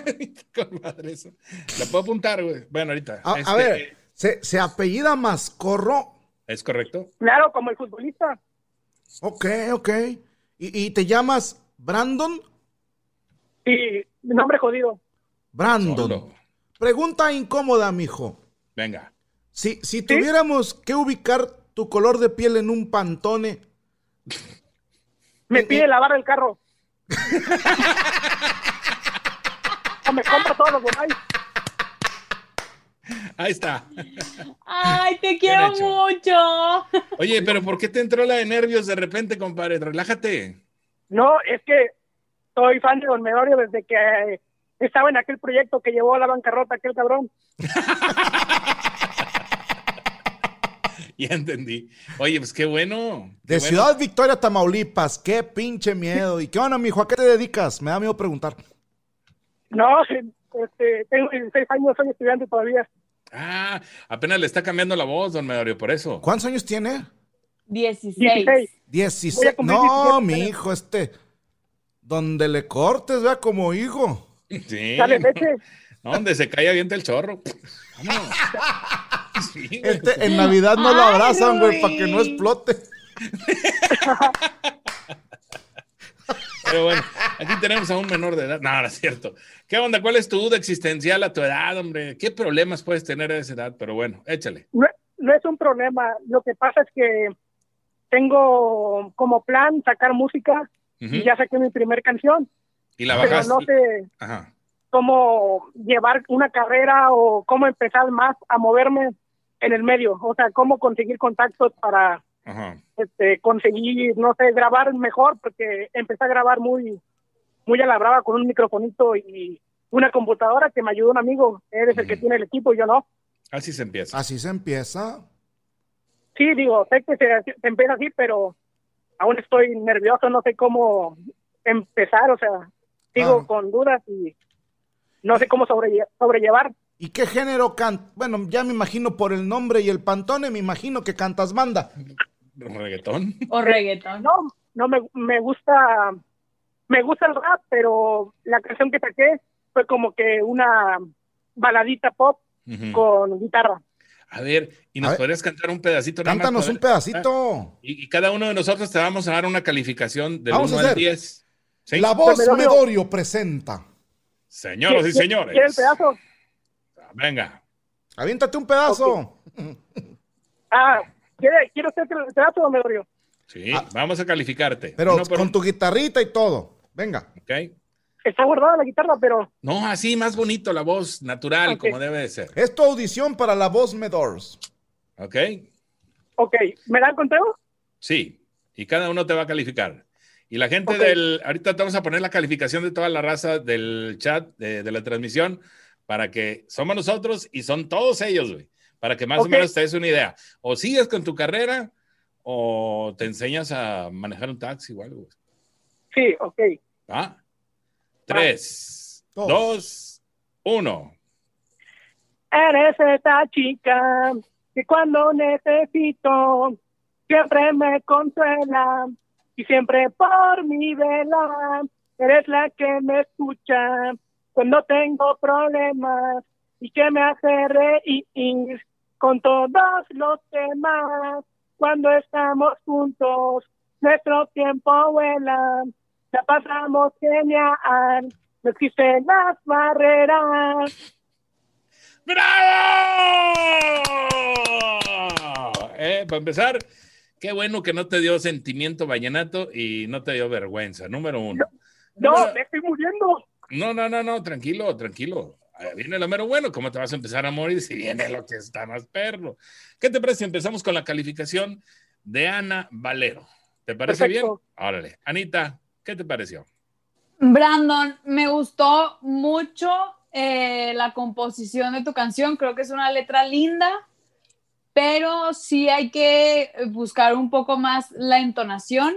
S5: con madre eso. La puedo apuntar, güey. Bueno, ahorita.
S3: Ah, A, a
S5: Este,
S3: ver, se, se apellida Mascorro.
S5: ¿Es correcto?
S8: Claro, como el futbolista.
S3: Ok, ok. ¿Y, y te llamas Brandon?
S8: Sí, nombre jodido.
S3: Brandon.
S5: Solo.
S3: Pregunta incómoda, mijo.
S5: Venga.
S3: Si, si tuviéramos que ubicar tu color de piel en un pantone,
S8: Me pide lavar el carro. o me compra todos los bonais.
S5: Ahí está.
S4: Ay, te quiero
S5: hecho.
S4: mucho.
S5: Oye, pero ¿por qué te entró la de nervios de repente, compadre? Relájate.
S8: No, es que soy fan de Don Medorio desde que eh, estaba en aquel proyecto que llevó a la bancarrota aquel cabrón.
S5: Ya entendí. Oye, pues qué bueno. qué
S3: de
S5: bueno.
S3: Ciudad Victoria, Tamaulipas, qué pinche miedo. ¿Y qué onda, mijo? ¿A qué te dedicas? Me da miedo preguntar.
S8: No, este, tengo 16 años, soy estudiante todavía.
S5: Ah, apenas le está cambiando la voz, don Medorio, por eso.
S3: ¿Cuántos años tiene?
S4: 16.
S8: 16.
S3: 16.
S8: cumplir
S3: No,
S8: 17,
S3: mi
S8: pero-
S3: hijo, este. Donde le cortes, vea como hijo.
S5: Sí.
S8: Sale leche.
S5: No, donde se cae avienta el chorro. Vámonos. Ah, Sí, güey.
S3: Este, en Navidad no lo
S4: Ay,
S3: abrazan, güey,
S4: Luis.
S3: para que no explote.
S5: Pero bueno, aquí tenemos a un menor de edad. No, no es cierto. ¿Qué onda? ¿Cuál es tu duda existencial a tu edad, hombre? ¿Qué problemas puedes tener a esa edad? Pero bueno, échale.
S8: No, no es un problema. Lo que pasa es que tengo como plan sacar música
S5: Ujú.
S8: y ya saqué mi primer canción,
S5: Y la
S8: pero
S5: bajas.
S8: no sé
S5: Ajá.
S8: cómo llevar una carrera o cómo empezar más a moverme en el medio. O sea, cómo conseguir contactos para
S5: Ajá.
S8: este, conseguir, no sé, grabar mejor, porque empecé a grabar muy, muy a la brava con un microfonito y una computadora que me ayudó un amigo. Él es el que
S5: Mm.
S8: tiene el equipo, yo no.
S5: Así se empieza.
S3: Así se empieza.
S8: Sí, digo, sé que se, se empieza así, pero aún estoy nervioso, no sé cómo empezar, o sea, sigo
S3: Ah.
S8: con dudas y no sé cómo sobrelle- sobrellevar.
S3: ¿Y qué género cantas? Bueno, ya me imagino por el nombre y el pantone, me imagino que cantas banda.
S5: Reggaetón.
S4: O reggaeton.
S8: No, no me, me gusta, me gusta el rap, pero la canción que saqué fue como que una baladita pop
S5: Ujú.
S8: con guitarra.
S5: A ver, ¿y nos
S3: A ver.
S5: podrías cantar un pedacito? nada más Ah,
S3: Cántanos
S5: para ver?
S3: un pedacito.
S5: Y, y cada uno de nosotros te vamos a dar una calificación del
S3: Vamos a
S5: 1 al
S3: hacer.
S5: 10. ¿Sí?
S3: La voz
S8: Medorio.
S3: Medorio presenta.
S5: Señoras y
S8: ¿Quieres-
S5: señores.
S8: quieres el pedazo?
S5: Venga.
S3: Aviéntate un pedazo.
S8: Ah, ¿quiere, ¿quiere usted el pedazo, don Medorio?
S5: Sí,
S3: Ah.
S5: vamos a calificarte.
S3: Pero
S5: Uno por
S3: con
S5: uno,
S3: tu guitarrita y todo. Venga.
S5: ¿ok?
S8: Está guardada la guitarra, pero
S5: No, así más bonito la voz, natural,
S8: Ok.
S5: como debe de ser.
S3: Es tu audición para la voz Medors.
S5: ¿Ok?
S8: ok, ¿me da el conteo?
S5: Sí. Y cada uno te va a calificar. Y la gente
S8: Ok.
S5: del. Ahorita te vamos a poner la calificación de toda la raza del chat, de, de la transmisión, para que somos nosotros y son todos ellos, güey. Para que más
S8: Ok.
S5: o menos te des una idea. O sigues con tu carrera o te enseñas a manejar un taxi o algo. güey.
S8: Sí, ok.
S5: ¿Va? Tres,
S3: Dos.
S5: dos, uno.
S8: Eres esta chica que cuando necesito siempre me consuela y siempre por mi vela. Eres la que me escucha cuando tengo problemas y que me hace reír con todos los temas. Cuando estamos juntos, nuestro tiempo vuela, la pasamos genial, no existen las barreras.
S5: ¡Bravo! Eh, para empezar, qué bueno que no te dio sentimiento vallenato y no te dio vergüenza, número uno.
S8: No,
S5: Número-
S8: me estoy muriendo.
S5: No, no, no, no, tranquilo, tranquilo. Ahí Viene lo mero bueno, ¿cómo te vas a empezar a morir si viene lo que está más perro? ¿Qué te parece si empezamos con la calificación de Ana Valero? ¿Te parece
S8: Perfecto.
S5: bien? Órale. Anita, ¿qué te pareció?
S4: Brandon, me gustó mucho eh, la composición de tu canción. Creo que es una letra linda, pero sí hay que buscar un poco más la entonación.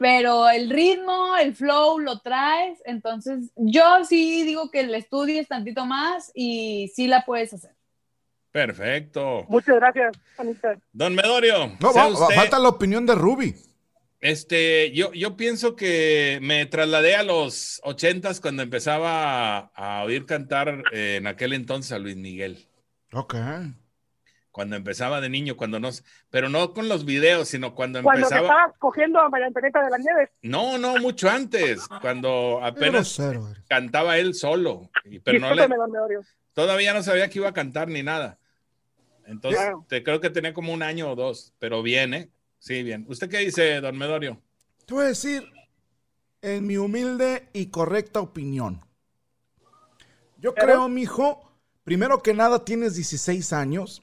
S4: Pero el ritmo, el flow lo traes. Entonces, yo sí digo que le estudies tantito más y sí la puedes hacer.
S5: Perfecto.
S8: Muchas gracias, Anita.
S5: Don Medorio,
S3: No,
S5: sea
S3: va- va-
S5: usted-
S3: falta la opinión de Ruby.
S5: Este, yo, yo pienso que me trasladé a los ochentas cuando empezaba a, a oír cantar eh, en aquel entonces a Luis Miguel.
S3: Ok.
S5: Cuando empezaba de niño, cuando no, pero no con los videos, sino cuando
S8: Cuando te
S5: empezaba.
S8: estabas cogiendo a María Antonieta de las Nieves,
S5: No, no, mucho antes, cuando
S3: Qué
S5: apenas
S3: grosero eres.
S5: cantaba él solo, y- pero no le,
S8: discúlpeme, don Medorio.
S5: todavía no sabía que iba a cantar ni nada. Entonces,
S8: Claro.
S5: te, creo que tenía como un año o dos, pero bien, ¿eh? Sí, bien. ¿Usted qué dice, don Medorio?
S3: Te voy a decir, en mi humilde y correcta opinión. Yo creo, mijo, primero que nada tienes 16 años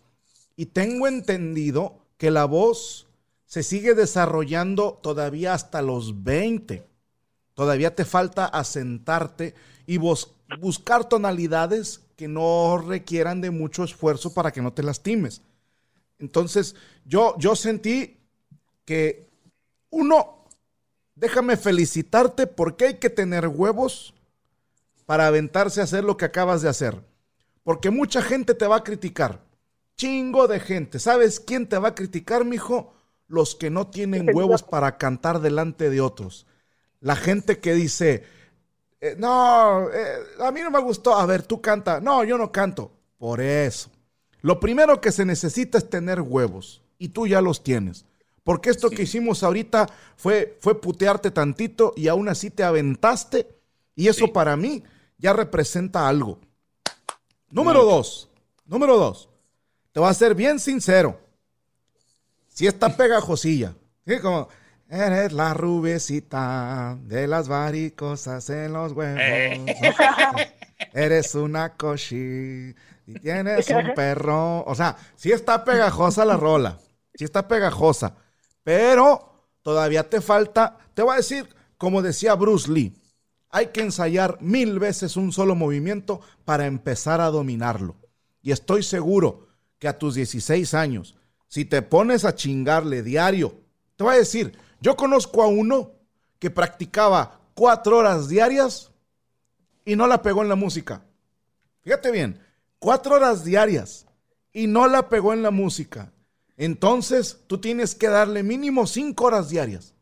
S3: y tengo entendido que la voz se sigue desarrollando todavía hasta los 20. Todavía te falta asentarte y bus- buscar tonalidades que no requieran de mucho esfuerzo para que no te lastimes. Entonces, yo, yo sentí que uno, déjame felicitarte porque hay que tener huevos para aventarse a hacer lo que acabas de hacer. Porque mucha gente te va a criticar. Chingo de gente. ¿Sabes quién te va a criticar, mijo? Los que no tienen huevos para cantar delante de otros. La gente que dice, eh, no, eh, a mí no me gustó. A ver, tú canta. No, yo no canto. Por eso. Lo primero que se necesita es tener huevos. Y tú ya los tienes. Porque esto que hicimos ahorita fue, fue putearte tantito y aún así te aventaste. Y eso
S5: Sí.
S3: para mí ya representa algo. Número dos. Número dos. Te voy a ser bien sincero. Si está pegajosilla. Sí, como. Eres la rubecita de las varicosas en los huevos.
S6: Eh.
S3: Eres una coshi y tienes un perro. O sea, sí está pegajosa la rola. Sí está pegajosa. Pero todavía te falta. Te voy a decir, como decía Bruce Lee, hay que ensayar mil veces un solo movimiento para empezar a dominarlo. Y estoy seguro que a tus 16 años, si te pones a chingarle diario, te voy a decir, yo conozco a uno que practicaba cuatro horas diarias y no la pegó en la música. Fíjate bien, cuatro horas diarias y no la pegó en la música. Entonces tú tienes que darle mínimo cinco horas diarias.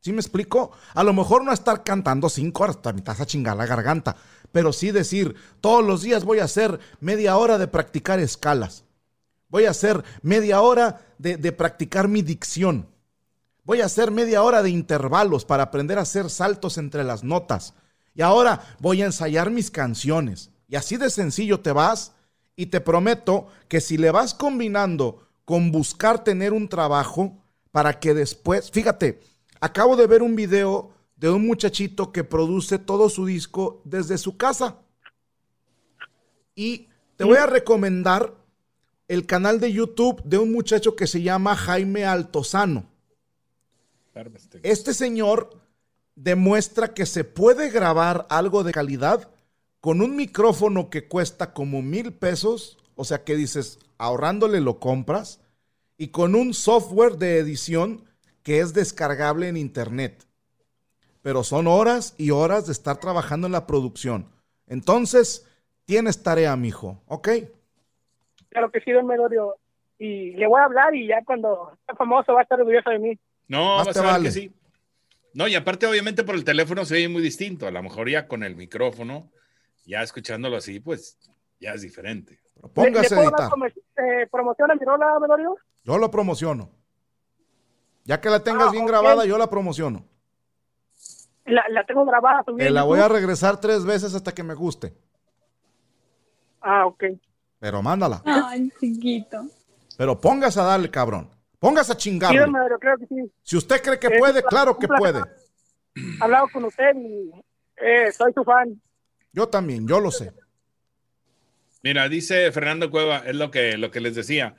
S3: ¿Sí me explico? A lo mejor no estar cantando cinco horas, también te vas a chingar la garganta, pero sí decir, todos los días voy a hacer media hora de practicar escalas. Voy a hacer media hora de, de practicar mi dicción. Voy a hacer media hora de intervalos para aprender a hacer saltos entre las notas. Y ahora voy a ensayar mis canciones. Y así de sencillo te vas. Y te prometo que si le vas combinando con buscar tener un trabajo para que después, fíjate, acabo de ver un video de un muchachito que produce todo su disco desde su casa. Y te voy a recomendar el canal de YouTube de un muchacho que se llama Jaime Altozano este señor demuestra que se puede grabar algo de calidad con un micrófono que cuesta como mil pesos, o sea que dices, ahorrándole lo compras, y con un software de edición que es descargable en internet. Pero son horas y horas de estar trabajando en la producción. Entonces, tienes tarea, mijo, ¿ok?
S8: Claro que sí, don Medorio. Y le voy a hablar y ya cuando sea famoso va a estar orgulloso de mí.
S5: No,
S3: Más
S5: vas
S3: te
S5: a ver
S3: vale.
S5: que sí. No, y aparte, obviamente, por el teléfono se oye muy distinto. A lo mejor ya con el micrófono, ya escuchándolo así, pues ya es diferente.
S8: ¿Le,
S3: Póngase
S8: ¿le
S3: a
S8: puedo dar
S3: editar.
S8: comer- eh, promoción a mi rola, Medorio?
S3: Yo lo promociono. Ya que la tengas
S8: Ah,
S3: bien
S8: ok.
S3: grabada, yo la promociono.
S8: La, la tengo grabada. subí
S3: Te
S8: en
S3: Eh, la voy a
S8: YouTube.
S3: regresar tres veces hasta que me guste.
S8: Ah, ok.
S3: Pero mándala.
S4: Ay, chiquito.
S3: Pero póngase a darle, cabrón. Póngase a
S8: Sí, don
S3: chingarle.
S8: Medorio, claro que sí.
S3: Si usted cree que
S8: Es
S3: puede,
S8: un
S3: claro que
S8: placer.
S3: puede.
S8: He hablado con usted y eh, soy su fan.
S3: Yo también, yo lo sé.
S5: Mira, dice Fernando Cueva, es lo que, lo que les decía.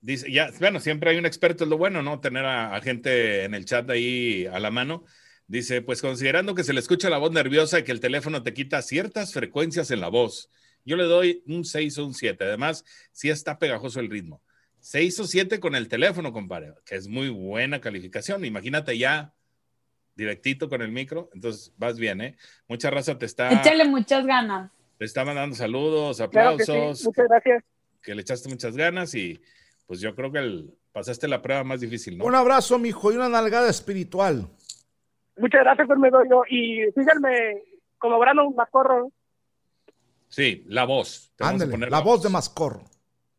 S5: Dice, ya, bueno, siempre hay un experto, es lo bueno, ¿no? Tener a, a gente en el chat ahí a la mano. Dice, pues considerando que se le escucha la voz nerviosa y que el teléfono te quita ciertas frecuencias en la voz, yo le doy un 6 o un 7. Además, sí está pegajoso el ritmo. 6 o 7 con el teléfono, compadre, que es muy buena calificación. Imagínate ya directito con el micro, entonces vas bien, ¿eh? Mucha raza te está,
S4: Échale muchas ganas.
S5: te está mandando saludos,
S8: Claro
S5: aplausos
S8: que sí. Muchas gracias.
S5: que le echaste muchas ganas y pues yo creo que el, pasaste la prueba más difícil, ¿no?
S3: Un abrazo, mijo, y una nalgada espiritual.
S8: Muchas gracias, don Medorio. Y síganme como Brandon Macorro.
S5: Sí, la voz. Te vamos a
S3: Ándale,
S5: poner
S3: la voz de Mascorro.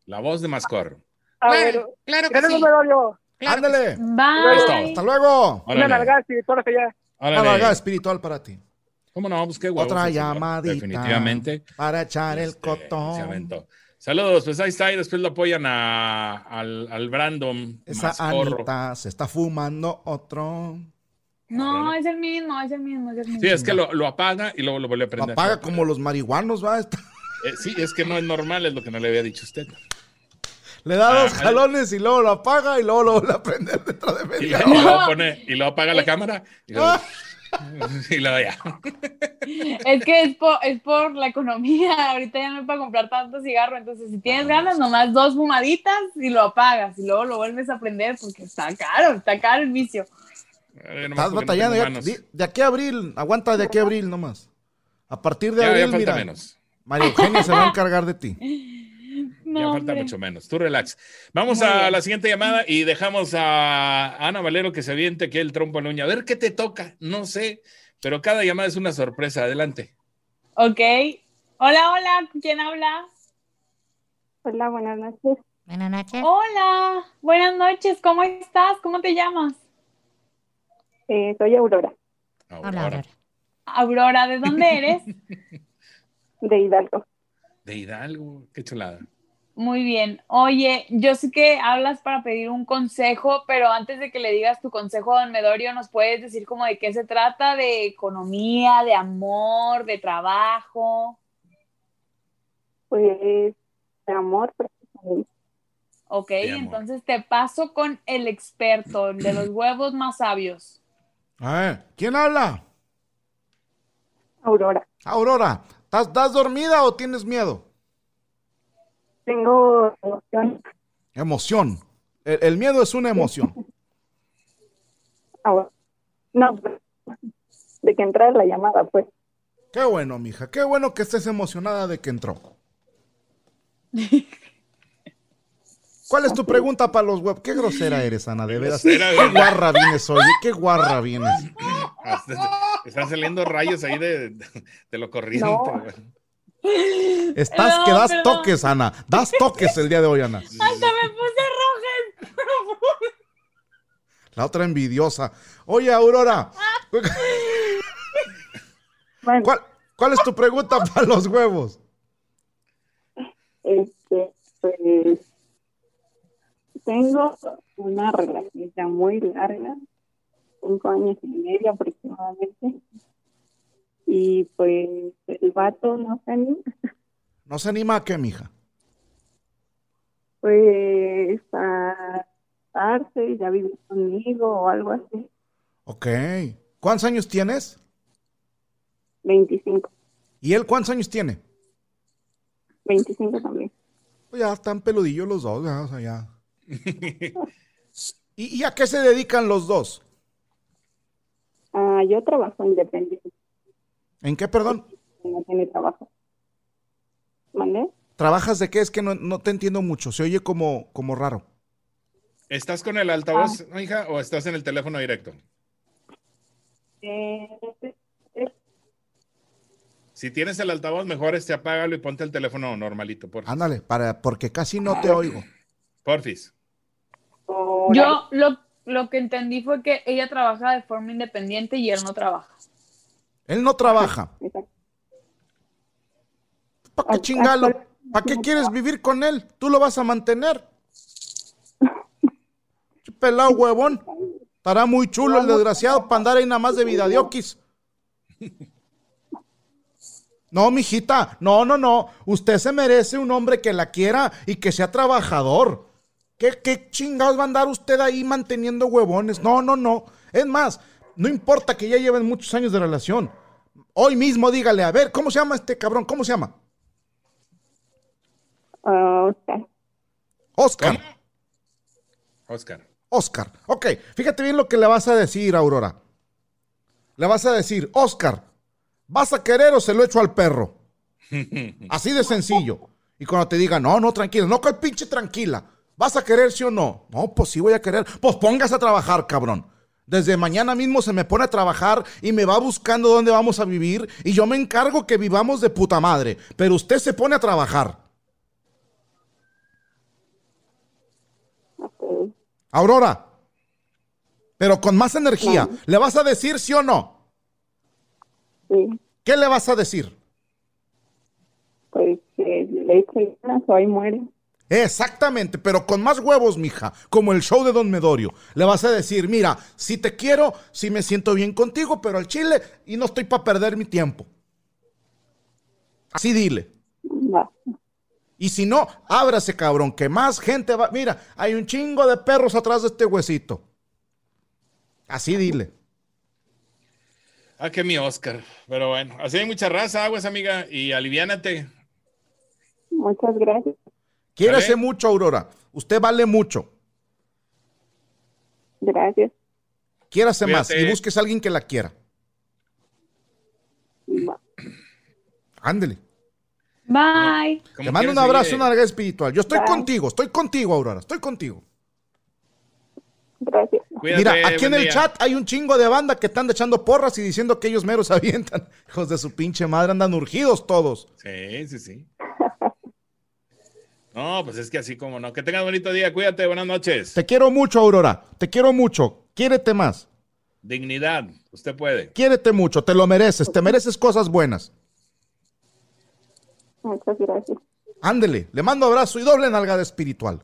S5: La voz de Mascorro.
S8: A
S9: Claro,
S8: ver,
S9: claro que
S8: gracias,
S9: sí.
S8: don Medorio.
S9: Claro que
S3: Ándale.
S5: Listo.
S4: Bye.
S3: Hasta luego.
S8: Una
S5: Órale,
S8: nalgas y todo lo que ya.
S5: órale.
S3: Una nalgada espiritual para ti.
S5: ¿Cómo no? Pues qué huevos,
S3: Otra
S5: el señor.
S3: llamadita.
S5: Definitivamente.
S3: Para echar el
S5: Este, se
S3: cotón.
S5: aventó. Saludos, pues ahí está, y después lo apoyan a, al, al Brandon.
S3: Esa
S5: Mascorro.
S3: Anita se está fumando otro.
S4: No,
S5: Órale.
S4: es el mismo, es el mismo, es el mismo.
S5: Sí, es que lo, lo apaga y luego lo vuelve a
S3: La
S5: prender.
S3: paga como los marihuanos, va.
S5: Eh, sí, es que no es normal, es lo que no le había dicho usted.
S3: Le da
S5: Ah,
S3: dos
S5: ahí-
S3: jalones y luego lo apaga y luego lo vuelve a prender detrás de
S5: Y
S3: media.
S4: No.
S5: luego, y luego pone- y luego apaga la cámara y luego,
S3: Ah.
S5: y luego ya.
S4: Es que es por, es por la economía. Ahorita ya no es para comprar tanto cigarro. Entonces, si tienes ganas, nomás dos fumaditas y lo apagas. Y luego lo vuelves a prender porque está caro, está caro el vicio.
S5: Ay, yo Eh, nomás porque
S3: Estás
S5: no
S3: batallando.
S5: tengo
S3: ya-
S5: manos.
S3: di- de aquí a abril, aguanta de aquí a abril nomás. A partir de
S5: Ya, ya
S3: abril,
S5: falta
S3: mira,
S5: menos.
S3: María Eugenia se va a encargar de ti.
S4: No,
S5: ya falta
S4: hombre.
S5: mucho menos. Tú relax. Vamos
S4: Muy
S5: a
S4: bien.
S5: la siguiente llamada y dejamos a Ana Valero que se aviente aquí el trompo en la uña. A ver qué te toca. No sé, pero cada llamada es una sorpresa. Adelante.
S4: Ok. Hola, hola. ¿Quién habla?
S10: Hola, buenas noches.
S9: Buenas noches.
S4: Hola. Buenas noches. ¿Cómo estás? ¿Cómo te llamas?
S10: Eh, soy Aurora,
S5: Ahora,
S9: Hola,
S5: ahora.
S9: Aurora.
S4: Aurora, ¿de dónde eres?
S10: de Hidalgo.
S5: De Hidalgo. Qué chulada.
S4: Muy bien. Oye, yo sé que hablas para pedir un consejo, pero antes de que le digas tu consejo a Don Medorio, ¿nos puedes decir como de qué se trata? ¿De economía, de amor, de trabajo?
S10: Pues, de amor, prácticamente.
S4: Ok,
S5: De amor.
S4: entonces te paso con el experto, el de los huevos más sabios.
S3: A ver, ¿quién habla?
S10: Aurora.
S3: Aurora, ¿estás, estás dormida o tienes miedo?
S10: Tengo emoción.
S3: Emoción. El, el miedo es una emoción.
S10: Ahora. No, pues, de que entrar la llamada, pues.
S3: Qué bueno, mija. Qué bueno que estés emocionada de que entró. ¿Cuál es tu pregunta para los web? Qué grosera eres, Ana, de veras. Qué
S5: Grosera, ¿verdad?
S3: guarra vienes hoy. ¿eh? Qué guarra vienes.
S5: Hasta- Están saliendo rayos ahí de, de lo corriente.
S10: No.
S5: güey.
S3: Estás
S4: No,
S3: que das
S4: perdón.
S3: toques, Ana. Das toques el día de hoy, Ana.
S4: ¡Hasta me puse roja!
S3: La otra envidiosa. Oye, Aurora,
S10: Bueno,
S3: ¿cuál, cuál es tu pregunta para los huevos?
S10: este, pues, tengo una relación ya muy larga, cinco años y medio aproximadamente. Y pues, el vato no se anima.
S3: ¿No se anima a qué, mija?
S10: pues a darse ya vivir conmigo o algo así.
S3: Ok. ¿Cuántos años tienes?
S10: 25,
S3: ¿Y él cuántos años tiene?
S10: 25 también.
S3: Pues ya están peludillos los dos, ya, o sea, ya. ¿Y, y a qué se dedican los dos?
S10: Ah, yo trabajo independiente,
S3: ¿En qué, perdón?
S10: no tiene trabajo. ¿Vale?
S3: ¿Trabajas de qué? Es que no, no te entiendo mucho. Se oye como, como raro.
S5: ¿Estás con el altavoz,
S4: Ah.
S5: hija, o estás en el teléfono directo?
S10: Eh,
S5: Si tienes el altavoz, mejor este apágalo y ponte el teléfono normalito, por,
S3: Ándale, para, porque casi no te oigo.
S5: porfis.
S10: por ahí,
S4: Yo lo, lo que entendí fue que ella trabaja de forma independiente y él no trabaja.
S3: Él no trabaja.
S10: exacto.
S3: ¿Para qué chingalo? ¿Para qué quieres vivir con él? Tú lo vas a mantener. Che Pelado huevón. Estará muy chulo el desgraciado para andar ahí nada más de vida diokis. No, mijita, no, no, no. Usted se merece un hombre que la quiera y que sea trabajador. ¿Qué, qué chingados va a andar usted ahí manteniendo huevones? No, no, no. Es más, no importa que ya lleven muchos años de relación. Hoy mismo dígale, a ver, ¿cómo se llama este cabrón? ¿Cómo se llama?
S10: Ah, Oscar,
S3: Oscar.
S5: Oscar.
S3: Oscar. Ok, fíjate bien lo que le vas a decir, Aurora. Le vas a decir, Oscar, ¿vas a querer o se lo echo al perro? Así de sencillo. Y cuando te diga, no, no, tranquila, no, que el pinche tranquila. ¿Vas a querer sí o no? No, pues sí voy a querer. Pues póngase a trabajar, cabrón. Desde mañana mismo se me pone a trabajar y me va buscando dónde vamos a vivir y yo me encargo que vivamos de puta madre. Pero usted se pone a trabajar.
S10: Ok.
S3: Aurora, pero con más energía,
S10: Claro.
S3: ¿le vas a decir sí o no?
S10: Sí,
S3: ¿Qué le vas a decir?
S10: pues eh, le echo ganas o ahí muere.
S3: Exactamente, pero con más huevos, mija, como el show de Don Medorio. Le vas a decir, mira, si te quiero, si me siento bien contigo, pero al chile y no estoy para perder mi tiempo. Así dile.
S10: Va.
S3: Y si no, ábrase, cabrón, que más gente va. Mira, hay un chingo de perros atrás de este huesito. Así dile.
S5: Ah, que mi Oscar. Pero bueno, así hay mucha raza, aguas, amiga, y aliviánate.
S10: Muchas gracias.
S3: Quiérase
S5: Dale.
S3: mucho, Aurora. Usted vale mucho.
S10: Gracias.
S3: Quiérase más
S5: Cuídate.
S3: y busques a alguien que la quiera.
S10: Va.
S3: Ándele.
S4: Bye.
S5: Como
S3: Te
S5: quieras,
S3: mando un abrazo,
S5: oye,
S3: una larga espiritual. Yo estoy
S10: Bye.
S3: contigo, estoy contigo, Aurora, estoy contigo.
S10: Gracias.
S5: cuídate,
S3: Mira, aquí
S5: buen
S3: en el
S5: día.
S3: chat hay un chingo de banda que están echando porras y diciendo que ellos meros avientan. Hijos de su pinche madre, andan urgidos todos.
S5: Sí, sí, sí. No, pues es que así como no. Que tengas bonito día, cuídate, buenas noches.
S3: Te quiero mucho, Aurora. Te quiero mucho. Quiérete más.
S5: Dignidad, usted puede.
S3: Quiérete mucho. Te lo mereces. Te mereces cosas buenas.
S10: Muchas gracias.
S3: Ándele. Le mando abrazo y doble nalgada espiritual.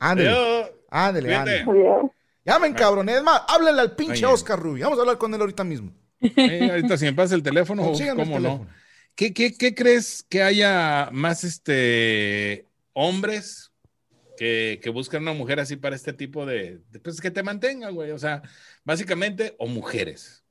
S3: Ándele.
S5: Adiós.
S3: Ándele,
S5: Cuídate.
S3: ándele.
S10: Adiós.
S3: Llamen, cabrón. Es más, háblenle al pinche
S5: Oye.
S3: Oscar Rubio. Vamos a hablar con él ahorita mismo.
S5: Eh, ahorita si me pasa el teléfono, uf,
S3: Consíganme el
S5: ¿cómo no?
S3: teléfono.
S5: ¿Qué, qué, qué crees que haya más este hombres que, que buscan una mujer así para este tipo de, de, pues que te mantenga, güey? O sea, básicamente, o mujeres.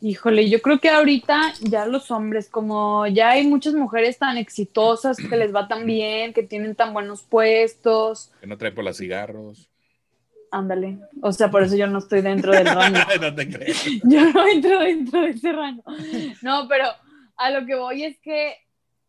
S4: Híjole, yo creo que ahorita ya los hombres, como ya hay muchas mujeres tan exitosas que les va tan bien, que tienen tan buenos puestos,
S5: Que no trae por los cigarros.
S4: ándale. O sea, por eso yo no estoy dentro del rango.
S5: no te crees.
S4: Yo no entro dentro de ese rango. No, pero a lo que voy es que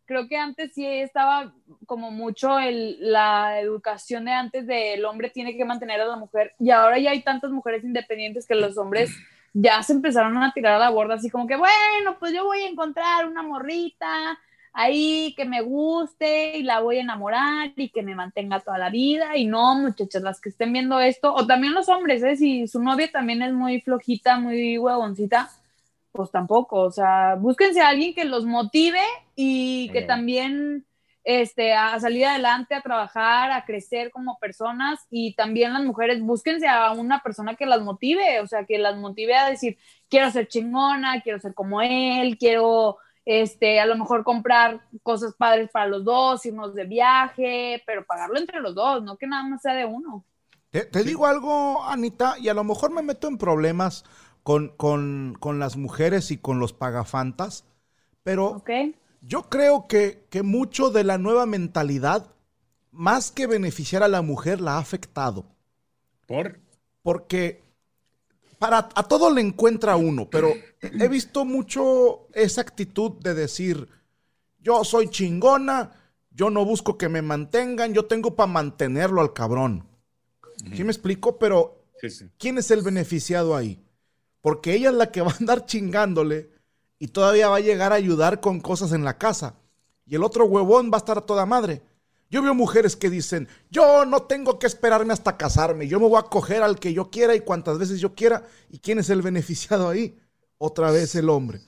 S4: creo que antes sí estaba como mucho el- la educación de antes de el hombre tiene que mantener a la mujer y ahora ya hay tantas mujeres independientes que los hombres ya se empezaron a tirar a la borda así como que bueno, pues yo voy a encontrar una morrita ahí que me guste y la voy a enamorar y que me mantenga toda la vida y no muchachas las que estén viendo esto o también los hombres, ¿eh? si su novia también es muy flojita, muy huevoncita pues tampoco, o sea, búsquense a alguien que los motive y que
S5: Claro.
S4: también este, a salir adelante, a trabajar, a crecer como personas y también las mujeres, búsquense a una persona que las motive, o sea, que las motive a decir, quiero ser chingona, quiero ser como él, quiero, este, a lo mejor comprar cosas padres para los dos, irnos de viaje, pero pagarlo entre los dos, no que nada más sea de uno.
S3: Te, te digo algo, Anita, y a lo mejor me meto en problemas con, con- con las mujeres y con los pagafantas, pero
S4: ¿Ok?
S3: yo creo que, que mucho de la nueva mentalidad, más que beneficiar a la mujer, la ha afectado.
S5: Por.
S3: Porque para a todo le encuentra uno, pero he visto mucho esa actitud de decir, yo soy chingona, yo no busco que me mantengan, yo tengo para mantenerlo al cabrón. ¿Sí me explico? Pero
S5: Sí, sí.
S3: ¿quién es el beneficiado ahí? Porque ella es la que va a andar chingándole y todavía va a llegar a ayudar con cosas en la casa. Y el otro huevón va a estar a toda madre. Yo veo mujeres que dicen, yo no tengo que esperarme hasta casarme, yo me voy a coger al que yo quiera y cuantas veces yo quiera. ¿Y quién es el beneficiado ahí? Otra vez el hombre.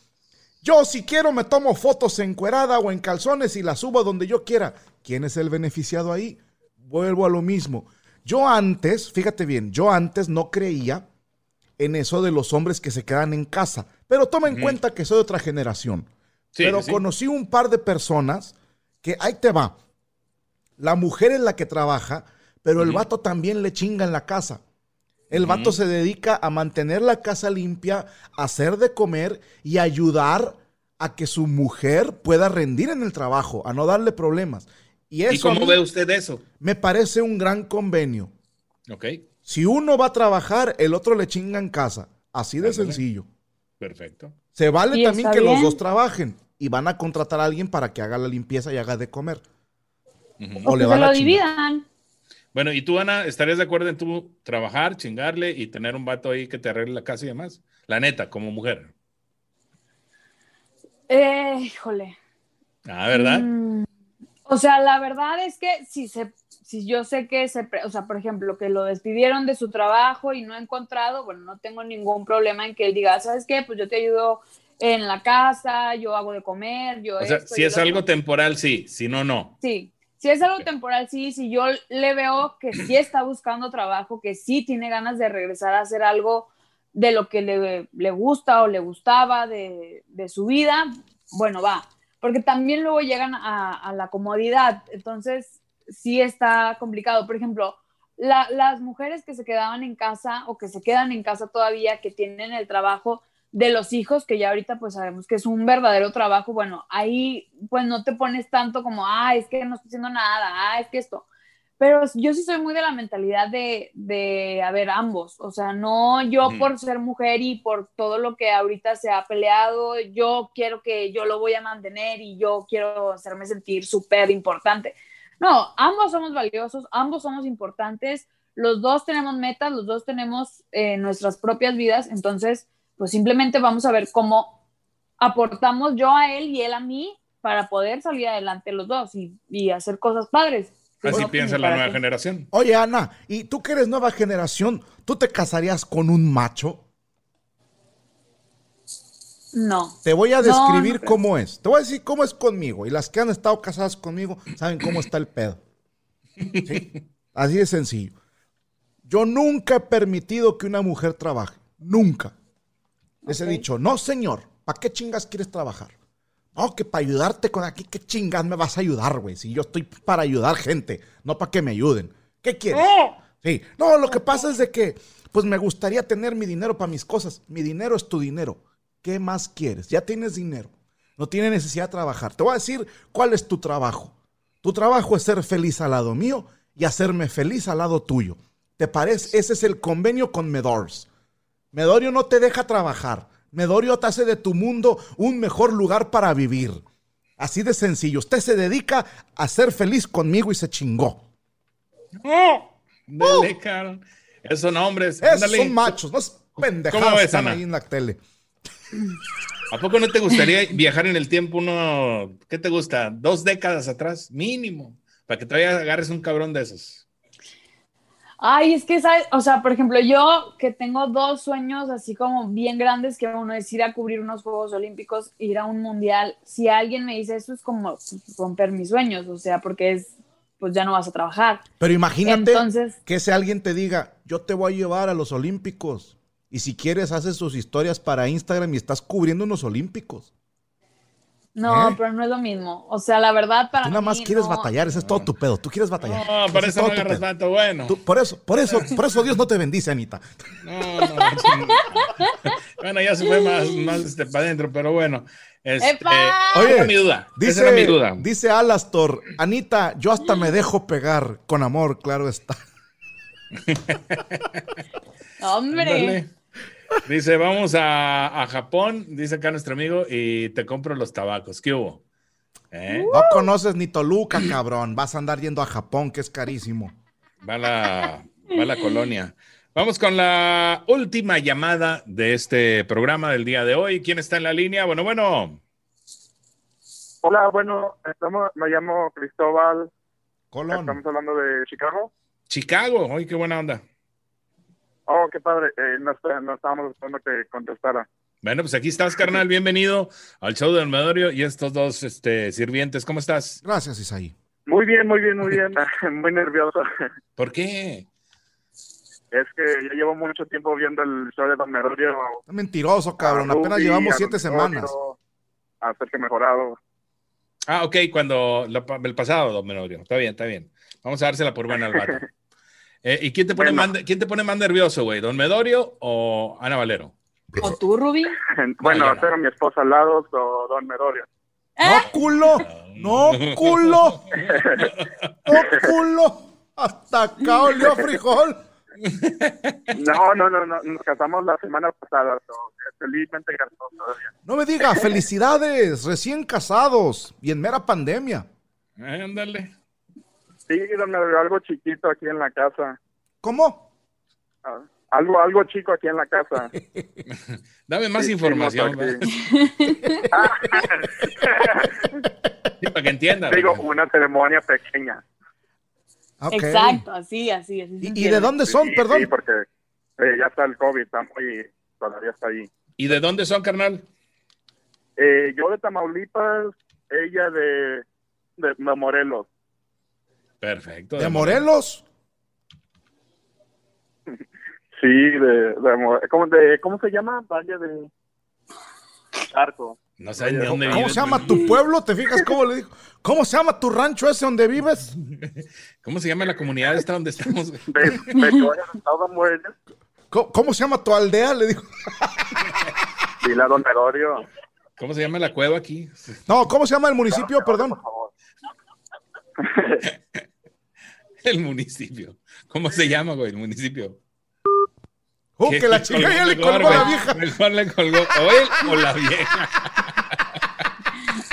S3: Yo si quiero me tomo fotos encuerada o en calzones y las subo donde yo quiera. ¿Quién es el beneficiado ahí? Vuelvo a lo mismo. Yo antes, fíjate bien, yo antes no creía en eso de los hombres que se quedan en casa. Pero toma en cuenta que soy de otra generación.
S5: Sí,
S3: pero
S5: sí, sí.
S3: conocí un par de personas que ahí te va. La mujer es la que trabaja, pero el vato también le chinga en la casa. El vato se dedica a mantener la casa limpia, a hacer de comer y ayudar a que su mujer pueda rendir en el trabajo, a no darle problemas. Y
S5: ¿Y
S3: eso a
S5: cómo
S3: mí
S5: ve usted eso?
S3: me parece un gran convenio.
S5: Ok,
S3: Si uno va a trabajar, el otro le chinga en casa. Así de
S5: Ándale.
S3: sencillo.
S5: perfecto.
S3: Se vale
S4: Y
S3: también
S4: está
S3: que los
S4: bien.
S3: dos trabajen y van a contratar a alguien para que haga la limpieza y haga de comer.
S5: Ujú.
S3: O le
S4: que
S3: van
S4: se
S3: a
S4: lo
S3: chingar.
S4: dividan.
S5: Bueno, ¿y tú, Ana, estarías de acuerdo en tú trabajar, chingarle y tener un vato ahí que te arregle la casa y demás? La neta, como mujer.
S4: Eh, híjole.
S5: Ah, ¿verdad?
S4: Mm, O sea, la verdad es que si se, si yo sé que se, pre- o sea, por ejemplo, que lo despidieron de su trabajo y no ha encontrado, bueno, no tengo ningún problema en que él diga, ¿sabes qué? Pues yo te ayudo en la casa, yo hago de comer, yo
S5: O sea,
S4: esto,
S5: si
S4: yo
S5: es
S4: lo
S5: algo
S4: otro".
S5: temporal, sí. Si no, no.
S4: Sí, si es algo temporal, sí, si yo le veo que sí está buscando trabajo, que sí tiene ganas de regresar a hacer algo de lo que le, le gusta o le gustaba de, de su vida, bueno, va, porque también luego llegan a, a la comodidad, entonces sí está complicado. Por ejemplo, la- las mujeres que se quedaban en casa o que se quedan en casa todavía, que tienen el trabajo de los hijos, que ya ahorita pues sabemos que es un verdadero trabajo, bueno, ahí pues no te pones tanto como, ah, es que no estoy haciendo nada, ah, es que esto. Pero yo sí soy muy de la mentalidad de, de a ver, ambos, o sea, no yo
S5: Ujú.
S4: por ser mujer y por todo lo que ahorita se ha peleado, yo quiero que yo lo voy a mantener y yo quiero hacerme sentir súper importante. No, ambos somos valiosos, ambos somos importantes, los dos tenemos metas, los dos tenemos eh, nuestras propias vidas, entonces pues simplemente vamos a ver cómo aportamos yo a él y él a mí para poder salir adelante los dos y, y hacer cosas padres.
S5: Así
S4: No, pues,
S5: piensa
S4: ni
S5: la
S4: para
S5: nueva
S4: qué.
S5: generación.
S3: Oye, Ana, ¿y tú que eres nueva generación, tú te casarías con un macho?
S4: No.
S3: Te voy a
S4: No,
S3: describir
S4: no creo.
S3: cómo es. Te voy a decir cómo es conmigo. Y las que han estado casadas conmigo saben cómo está el pedo. ¿Sí? Así de sencillo. Yo nunca he permitido que una mujer trabaje. Nunca. Les he dicho, no, señor, ¿para qué chingas quieres trabajar? No, que para ayudarte con aquí, ¿qué chingas me vas a ayudar, güey? Si yo estoy para ayudar gente, no para que me ayuden. ¿Qué quieres? Sí. No, lo que pasa es de que, pues me gustaría tener mi dinero para mis cosas. Mi dinero es tu dinero. ¿Qué más quieres? Ya tienes dinero. No tienes necesidad de trabajar. Te voy a decir cuál es tu trabajo. Tu trabajo es ser feliz al lado mío y hacerme feliz al lado tuyo. ¿Te parece? Ese es el convenio con Medors. Medorio no te deja trabajar. Medorio te hace de tu mundo un mejor lugar para vivir. Así de sencillo. Usted se dedica a ser feliz conmigo y se chingó.
S5: Dale, Carl. Esos nombres.
S3: ¡Oh! Esos
S5: ándale.
S3: son machos, no es pendejadas
S5: ¿Cómo
S3: que
S5: ves,
S3: están
S5: Ana?
S3: ahí en la tele.
S5: ¿A poco no te gustaría viajar en el tiempo uno, qué te gusta? Dos décadas atrás, mínimo, para que todavía agarres un cabrón de esos.
S4: Ay, es que, ¿sabes? o sea, por ejemplo, yo que tengo dos sueños así como bien grandes, que uno es ir a cubrir unos Juegos Olímpicos, ir a un mundial, si alguien me dice eso es como romper mis sueños, o sea, porque es, pues ya no vas a trabajar.
S3: Pero imagínate
S4: Entonces-
S3: que ese alguien te diga, yo te voy a llevar a los Olímpicos. Y si quieres, haces sus historias para Instagram y estás cubriendo unos Olímpicos.
S4: No,
S3: ¿Eh?
S4: pero no es lo mismo. O sea, la verdad para
S3: Tú nada más
S4: mí,
S3: quieres
S4: no.
S3: batallar, ese es todo tu pedo. Tú quieres batallar.
S5: No,
S3: Ese
S5: para
S3: es
S5: eso
S3: todo
S5: no
S3: tu
S5: agarras
S3: pedo.
S5: tanto, bueno.
S3: Tú- por eso, por eso, por eso Dios no te bendice, Anita.
S5: Eh, No, no, no, chingada. bueno, ya se fue más, más este, para adentro, pero bueno. Este,
S4: ¡Epa!
S5: esa era mi duda. esa
S3: Dice,
S5: era mi duda.
S3: dice Alastor, Anita, yo hasta me dejo pegar. Con amor, claro está.
S4: Hombre.
S5: Ándale. Dice, vamos a, a Japón, dice acá nuestro amigo, y te compro los tabacos. ¿Qué hubo? ¿Eh?
S3: No conoces ni Toluca, cabrón. Vas a andar yendo a Japón, que es carísimo.
S5: Va la, va la colonia. Vamos con la última llamada de este programa del día de hoy. ¿Quién está en la línea? Bueno, bueno.
S7: Hola, bueno, estamos, me llamo Cristóbal,
S3: Colón.
S7: estamos hablando de Chicago.
S5: Chicago, hoy qué buena onda.
S7: Oh, qué padre, eh, no, está- no estábamos esperando que contestara.
S5: Bueno, pues aquí estás, carnal. Bienvenido al show del Medorio y estos dos este, sirvientes. ¿Cómo estás?
S3: Gracias, Isaí.
S7: Muy bien, muy bien, muy bien, muy nervioso.
S5: ¿Por qué?
S7: Es que ya llevo mucho tiempo viendo el show de Don Medorio.
S3: Es Mentiroso, cabrón.
S7: A Rudy,
S3: Apenas llevamos
S7: a
S3: siete
S7: Don
S3: semanas.
S7: Medorio, A Sergio Mejorado.
S5: Ah, ok, cuando la pa- el pasado, don Medorio. Está bien, está bien. Vamos a dársela por buena al vato. Eh, ¿Y quién te, pone
S7: Bueno.
S5: más, quién te pone más nervioso, güey? ¿Don Medorio o Ana Valero?
S4: ¿O tú, Ruby?
S7: Bueno,
S5: ya no.
S7: hacer a mi esposa al lado o Don Medorio.
S5: ¿Eh?
S3: No, culo. No, culo. No, culo. Hasta acá olió frijol.
S7: No, no, no, no, nos casamos la semana pasada. so, felizmente casamos todavía.
S3: No me diga, felicidades, recién casados y en mera pandemia.
S5: Eh, Ándale.
S9: Sí, me abrió algo chiquito aquí en la casa.
S3: ¿Cómo?
S9: Ah, Algo, algo chico aquí en la casa.
S5: Dame más
S9: Sí, sí,
S5: información.
S9: noto aquí.
S5: ¿verdad? Sí, para que entiendas.
S9: Digo,
S5: ¿verdad?
S9: una ceremonia pequeña.
S3: Ok.
S4: Exacto, así, así. así se
S3: ¿Y, y
S4: entiende.
S3: de dónde son?
S9: Sí,
S3: Perdón.
S9: Sí, porque eh, ya está el COVID, está muy, todavía está ahí.
S5: ¿Y de dónde son, carnal?
S9: Eh, yo de Tamaulipas, ella de, de Morelos.
S5: Perfecto.
S3: ¿De Morelos?
S9: Sí, de, de, Mo- ¿cómo, de ¿cómo se llama? Valle de Arco.
S5: No saben de dónde
S3: ¿Cómo
S5: vives,
S3: se llama
S5: güey.
S3: tu pueblo? ¿Te fijas cómo le dijo? ¿Cómo se llama tu rancho ese donde vives?
S5: ¿Cómo se llama la comunidad esta donde estamos? güey?
S9: De, de Coya, de Estado Morelos.
S3: ¿Cómo, cómo se llama tu aldea? Le dijo.
S9: Dile a Don Medorio.
S5: ¿Cómo se llama la cueva aquí?
S3: No, ¿cómo se llama el municipio? Perdón.
S9: Por favor.
S5: El municipio. ¿Cómo se llama, güey, el municipio?
S3: Uh,
S5: ¿Qué-
S3: que la
S5: qué
S3: chica ya
S5: colgó
S3: le
S5: mejor,
S3: colgó a la
S5: güey?
S3: vieja.
S5: Mejor le colgó o él o la vieja.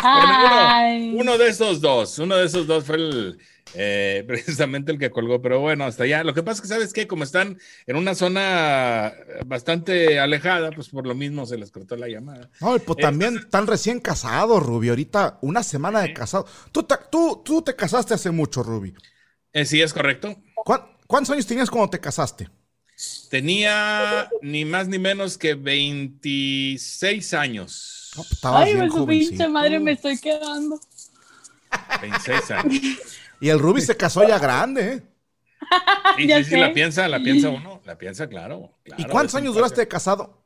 S4: Ay,
S5: Uno, uno de esos dos, uno de esos dos fue el, eh, precisamente el que colgó, pero bueno, hasta allá. Lo que pasa es que, ¿sabes qué? Como están en una zona eh, bastante alejada, pues por lo mismo se les cortó la llamada.
S3: No, pues
S5: Este,
S3: también están recién casados, Ruby. Ahorita una semana de casado. Tú te, tú, tú te casaste hace mucho, Ruby.
S5: Eh, sí, es correcto.
S3: ¿Cuán- ¿Cuántos años tenías cuando te casaste?
S5: Tenía ni más ni menos que 26 años.
S3: No, pues, estabas
S4: ay,
S3: bien
S4: pues su pinche
S3: jovencito.
S4: madre me estoy quedando.
S5: 26 años.
S3: Y el Ruby se casó ya grande, ¿eh?
S5: Sí,
S4: Ya
S5: sí, sí, la
S4: sé.
S5: piensa, la piensa uno, la piensa, claro.
S3: ¿Y
S5: claro,
S3: cuántos
S5: es un
S3: años
S5: cambio.
S3: duraste de casado?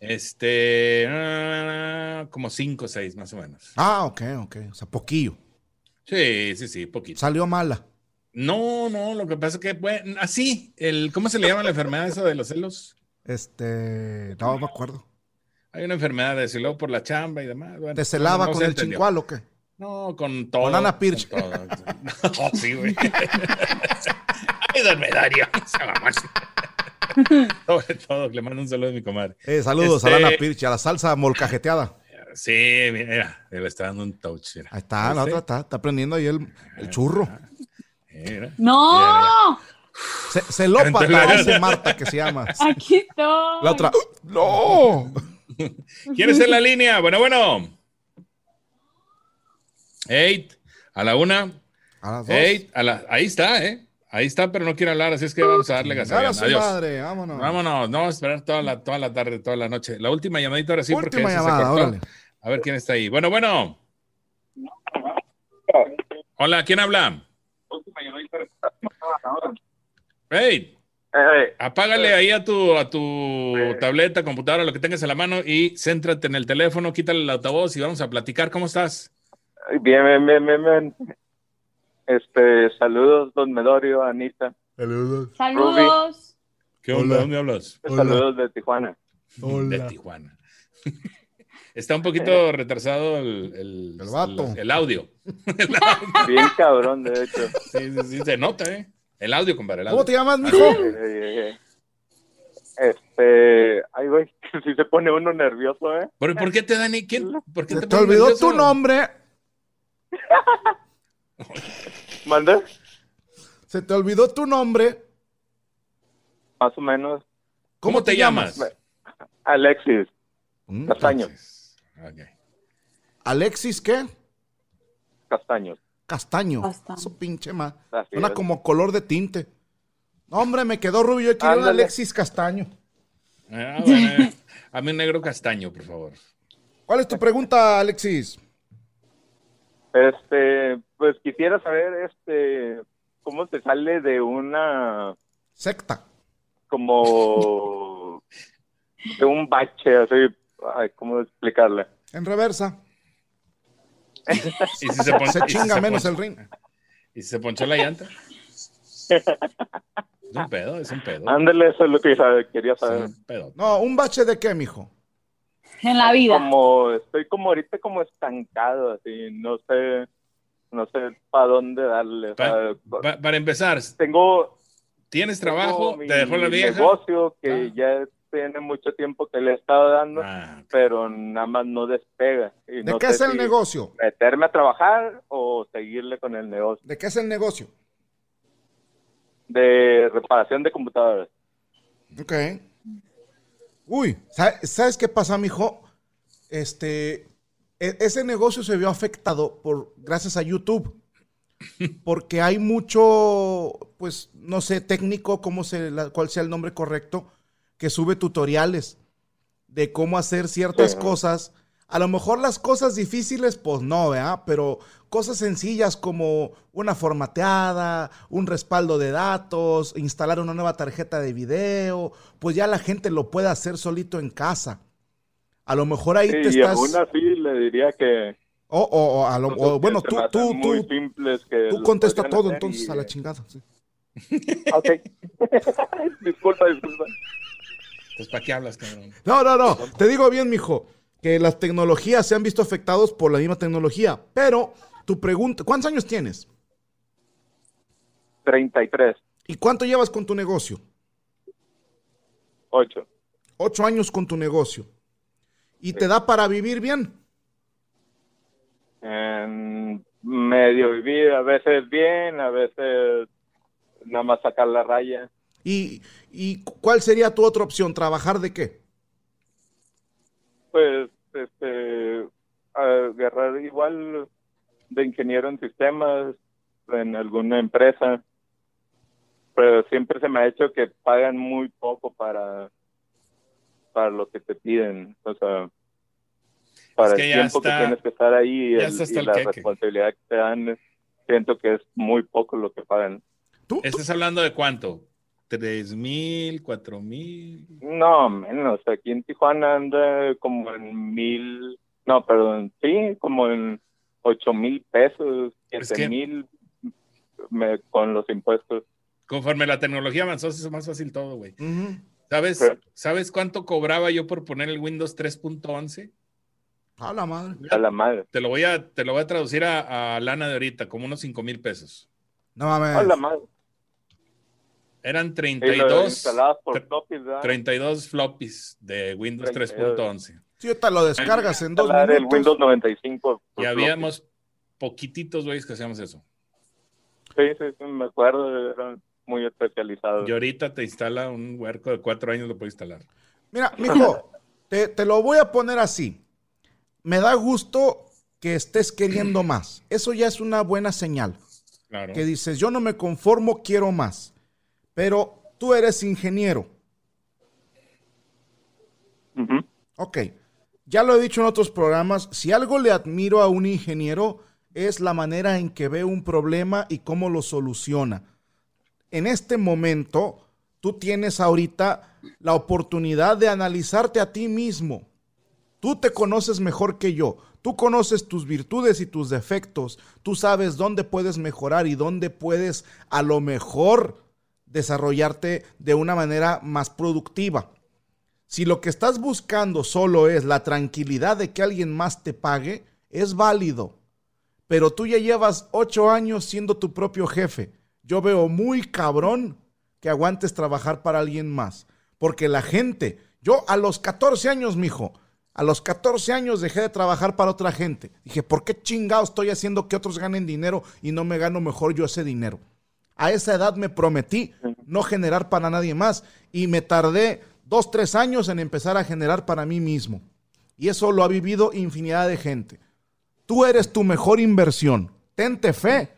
S5: Este, ah, como 5 o 6 más o menos.
S3: Ah, ok, ok. O sea, poquillo.
S5: Sí, sí, sí, poquito.
S3: Salió mala.
S5: No, no, lo que pasa es que, bueno, así, el, ¿cómo se le llama la enfermedad esa de los celos?
S3: Este, no me acuerdo.
S5: Hay una enfermedad de celo por la chamba y demás. bueno,
S3: ¿Te celaba
S5: no
S3: con
S5: se
S3: el
S5: entendió.
S3: chincual o qué?
S5: No, con todo.
S3: Con Ana Pirch.
S5: con todo. No, sí, güey. Ay, don Medario. esa mamá. Sobre todo, le mando un saludo a mi comadre.
S3: Eh, saludos a
S5: Este-
S3: Lana Pirch, a la salsa molcajeteada.
S5: Sí, mira, le está dando un touch. Mira.
S3: Ahí está, Ah, la
S5: Sí, Ah,
S3: otra está, está aprendiendo ahí el, el churro.
S5: mira.
S4: ¡No!
S3: Ce- celópata,
S5: Entonces-
S3: dice Marta que se llama.
S4: Aquí estoy.
S3: La otra, ¡no!
S5: ¿Quieres ser la línea? Bueno, bueno. Eight, a la una.
S3: A las dos.
S5: Eight, a la, ahí está, ¿eh? Ahí está, pero no quiere hablar, así es que vamos a darle gas.
S3: Ahora
S5: Adrián.
S3: su
S5: Adiós.
S3: madre, vámonos.
S5: Vámonos, no, esperar toda la, toda la tarde, toda la noche. La última llamadita ahora sí, porque
S3: Última
S5: esa se
S3: llamada,
S5: cortó.
S3: órale.
S5: A ver quién está ahí. Bueno, bueno. Hola, ¿quién habla? Hey,
S9: Eh,
S5: apágale ahí a tu, a tu tableta, computadora, lo que tengas en la mano y céntrate en el teléfono, quítale el altavoz y vamos a platicar. ¿Cómo estás?
S9: bien, bien, bien, bien, bien. Este, saludos, Don Medorio, Anita.
S3: Saludos.
S4: Saludos.
S5: ¿Qué
S3: onda? Hola.
S5: ¿Dónde hablas?
S3: Hola.
S9: Saludos de Tijuana.
S5: De Tijuana. Está un poquito retrasado el, el,
S3: El vato.
S5: el audio.
S9: Bien cabrón, de hecho.
S5: Sí, sí, sí, se nota, ¿eh? El audio, compadre. el
S3: ¿Cómo
S5: audio.
S3: te llamas, mijo?
S9: Eh, eh, eh. Este, ay, güey, si se pone uno nervioso, ¿eh?
S5: ¿Por, por qué te dan y quién? ¿Por qué
S3: Se te
S5: pones
S3: olvidó
S5: nervioso?
S3: tu nombre.
S9: ¿Mande?
S3: Se te olvidó tu nombre.
S9: Más o menos.
S5: ¿Cómo, te, llamas?
S9: Alexis
S3: Mm,
S9: Castaño.
S5: Ok.
S3: Alexis, ¿qué?
S9: Castaño.
S3: Castaño.
S4: Castaño.
S3: Su pinche ma.
S9: Así
S3: Suena
S9: es.
S3: como color de tinte. No, hombre, me quedó rubio. Yo quiero un
S9: Ándale.
S3: Alexis Castaño.
S5: Ah, bueno, eh. a mí un negro castaño, por favor.
S3: ¿Cuál es tu pregunta, Alexis?
S9: Este, pues quisiera saber, este, cómo se sale de una,
S3: Secta.
S9: como, de un bache, así, ay, ¿cómo explicarle?
S3: En reversa.
S5: ¿Y si se, pon-
S3: Se
S5: y si
S3: chinga
S5: se
S3: menos
S5: ponchó-
S3: el ring.
S5: ¿Y si se ponchó la llanta? Es un pedo, es un pedo.
S9: Ándale, eso es lo que sabe- quería
S5: Es
S9: saber.
S5: un pedo.
S3: No, ¿un bache de qué, mijo?
S4: En la vida.
S9: Como, estoy como ahorita como estancado, así, no sé, no sé para dónde darle. o sea,
S5: Pa- pa- para empezar,
S9: tengo,
S5: ¿tienes
S9: tengo
S5: trabajo?
S9: mi
S5: ¿Te dejó la vieja?
S9: negocio que
S5: Ah.
S9: ya tiene mucho tiempo que le he estado dando,
S5: Ah,
S9: pero nada más no despega. Y
S3: ¿De
S9: no
S3: qué
S9: sé
S3: es el
S9: si
S3: negocio?
S9: ¿Meterme a trabajar o seguirle con el negocio?
S3: ¿De qué es el negocio?
S9: De reparación de computadoras.
S3: Ok. Uy, ¿sabe- ¿sabes qué pasa, mijo? Este, e- ese negocio se vio afectado por, gracias a YouTube. Porque hay mucho, pues, no sé, técnico, cómo se, la- cuál sea el nombre correcto, que sube tutoriales de cómo hacer ciertas
S9: Sí.
S3: cosas. A lo mejor las cosas difíciles, pues no, ¿verdad? Pero cosas sencillas como una formateada, un respaldo de datos, instalar una nueva tarjeta de video, pues ya la gente lo puede hacer solito en casa. A lo mejor ahí te
S9: Sí, y
S3: estás...
S9: aún así le diría que...
S3: O, o- o a lo-
S9: no sé,
S3: o,
S9: que
S3: bueno,
S9: se
S3: tú,
S9: me hacen
S3: tú,
S9: muy
S3: tú,
S9: simples que
S3: tú
S9: lo
S3: contesta
S9: podrían
S3: todo
S9: hacer
S3: entonces
S9: y-
S3: a la chingada. sí.
S9: Ok. disculpa, disculpa.
S5: Entonces, ¿para Pues, qué hablas, cabrón?
S3: No, no, no. Te digo bien, mijo, que las tecnologías se han visto afectados por la misma tecnología. Pero tu pregunta, ¿cuántos años tienes?
S9: 33,
S3: ¿Y cuánto llevas con tu negocio?
S9: 8.
S3: Ocho años con tu negocio. ¿Y te da para vivir bien?
S9: en medio vivir, a veces bien, a veces nada más sacar la raya.
S3: ¿Y, y cu- cuál sería tu otra opción? ¿Trabajar de qué?
S9: Pues, este, agarrar igual de ingeniero en sistemas, en alguna empresa. Pero siempre se me ha hecho que pagan muy poco para, para lo que te piden. O sea, para
S5: Es que
S9: el
S5: ya
S9: tiempo
S5: está-
S9: que tienes que estar ahí y,
S5: ya
S9: el-
S5: está hasta
S9: y
S5: el
S9: la
S5: queque.
S9: responsabilidad que te dan, siento que es muy poco lo que pagan.
S3: ¿Tú? tú-
S5: ¿Estás hablando de cuánto? ¿Tres mil? ¿Cuatro mil?
S9: No, menos. Aquí en Tijuana anda como en mil, no, perdón, sí, como en ocho mil pesos,
S5: Es
S9: siete
S5: que-
S9: mil me- con los impuestos.
S5: Conforme la tecnología avanzó, se hizo más fácil todo, güey.
S3: Ujú.
S5: ¿Sabes,
S9: Pero-
S5: ¿Sabes cuánto cobraba yo por poner el Windows 3.11?
S3: A la madre.
S9: A la madre.
S5: Te lo voy a, te lo voy a traducir a, a lana de ahorita, como unos cinco mil pesos.
S3: No
S9: A la
S3: mames.
S9: madre.
S5: Eran
S9: Y lo
S5: 32,
S9: instaladas por
S5: tre-
S9: floppies, ¿verdad?
S5: 32 floppies de Windows
S9: 32.
S5: 3.11.
S3: Si ahorita lo descargas en dos
S9: Instalar el
S3: minutos.
S9: Windows 95. por
S5: Y habíamos poquititos güeyes que hacíamos eso.
S9: floppies. Sí, sí, sí, me acuerdo, eran muy especializados.
S5: Y ahorita te instala un huerco de cuatro años, lo puede instalar.
S3: Mira, mijo, te, te lo voy a poner así. Me da gusto que estés queriendo más. Eso ya es una buena señal.
S5: Claro.
S3: Que dices, yo no me conformo, quiero más. Pero tú eres ingeniero.
S9: Ujú.
S3: Ok. Ya lo he dicho en otros programas, si algo le admiro a un ingeniero es la manera en que ve un problema y cómo lo soluciona. En este momento, tú tienes ahorita la oportunidad de analizarte a ti mismo. Tú te conoces mejor que yo. Tú conoces tus virtudes y tus defectos. Tú sabes dónde puedes mejorar y dónde puedes a lo mejor desarrollarte de una manera más productiva. Si lo que estás buscando solo es la tranquilidad de que alguien más te pague, es válido. Pero tú ya llevas ocho años siendo tu propio jefe. Yo veo muy cabrón que aguantes trabajar para alguien más. Porque la gente, yo a los 14 años, mijo, a los 14 años dejé de trabajar para otra gente. Dije, ¿por qué chingado estoy haciendo que otros ganen dinero y no me gano mejor yo ese dinero? A esa edad me prometí no generar para nadie más y me tardé dos, tres años en empezar a generar para mí mismo. Y eso lo ha vivido infinidad de gente. Tú eres tu mejor inversión. Tente fe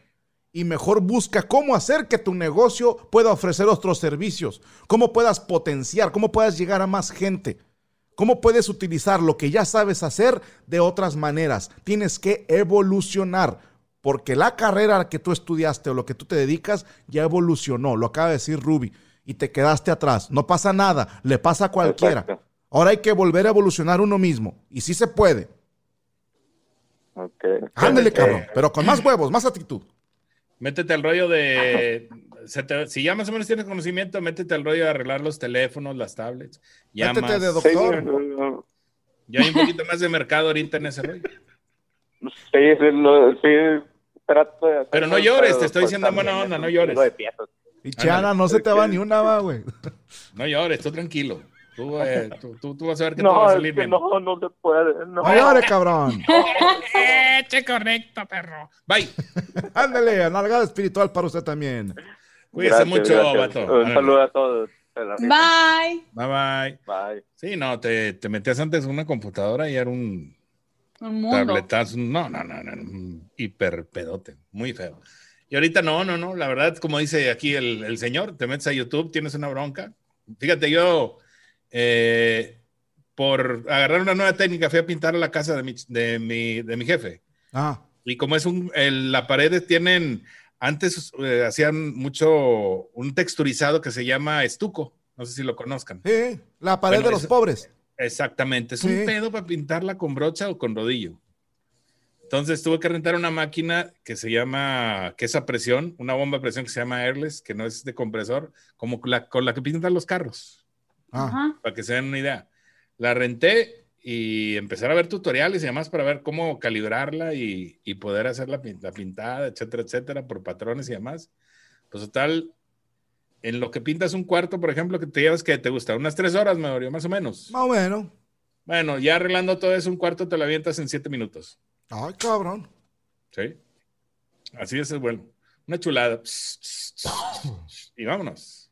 S3: y mejor busca cómo hacer que tu negocio pueda ofrecer otros servicios, cómo puedas potenciar, cómo puedas llegar a más gente, cómo puedes utilizar lo que ya sabes hacer de otras maneras. Tienes que evolucionar porque la carrera que tú estudiaste o lo que tú te dedicas ya evolucionó, lo acaba de decir Ruby, y te quedaste atrás. No pasa nada, le pasa a cualquiera.
S9: Exacto.
S3: Ahora hay que volver a evolucionar uno mismo y sí se puede.
S9: Ok.
S3: Ándale,
S9: Eh,
S3: cabrón, pero con más huevos, más actitud.
S5: Métete al rollo de. se te- si ya más o menos tienes conocimiento, métete al rollo de arreglar los teléfonos, las tablets. Ya,
S3: Métete
S5: más-
S3: de doc-
S9: sí,
S3: Doctor.
S5: ya hay un poquito más de mercado ahorita en ese rollo.
S9: Sí, sí, lo- sí, trato de hacer-
S5: Pero no llores, te estoy
S9: pues,
S5: diciendo buena
S9: también
S5: onda,
S9: es
S5: no
S9: un
S5: llores.
S9: chingo de piezas.
S3: Y Chana, no se te va ni una, va, güey.
S5: No llores, tú tranquilo. Tú, eh, tú, tú, tú vas a ver que te
S9: No,
S5: va a
S9: es
S5: salir
S9: que
S5: bien.
S9: no, no se puede. No.
S3: No llores, cabrón.
S5: Eche correcto, perro. Bye.
S3: Ándale, nalgada espiritual para usted también.
S5: Cuídese
S9: Gracias,
S5: mucho,
S9: gracias.
S5: vato.
S9: Un saludo a todos. Se la rifan.
S4: Bye.
S5: Bye bye.
S9: Bye.
S5: Sí, no, te, te metías antes en una computadora y era un
S4: Un mundo.
S5: tabletazo. No, no, no, no, un hiperpedote, muy feo. Y ahorita no, no, no, la verdad, como dice aquí el, el señor, te metes a YouTube, tienes una bronca. Fíjate, yo, eh, por agarrar una nueva técnica, fui a pintar la casa de mi, ch- de mi, de mi jefe.
S3: Ah,
S5: Y como es un, el- las paredes tienen, antes eh, hacían mucho un texturizado que se llama estuco, no sé si lo conozcan.
S3: sí, la pared
S5: Bueno,
S3: de los
S5: eso-
S3: pobres.
S5: Exactamente, es
S3: Sí.
S5: un pedo para pintarla con brocha o con rodillo. Entonces tuve que rentar una máquina que se llama, que es a presión, una bomba a presión que se llama airless, que no es de compresor, como la, con la que pintan los carros
S3: Ah,
S4: Ajá.
S5: para que se den una idea. La renté y empezar a ver tutoriales y demás para ver cómo calibrarla y, y poder hacer la, pin- la pintada, etcétera, etcétera, por patrones y demás. Pues total, en lo que pintas un cuarto, por ejemplo, que te llevas que te gusta, unas tres horas me dolió, más o menos.
S3: más o menos.
S5: Bueno, ya arreglando todo eso, un cuarto te lo avientas en siete minutos.
S3: Ay, cabrón.
S5: ¿Sí? Así es el vuelo. Una chulada. Pss, pss, pss, y vámonos.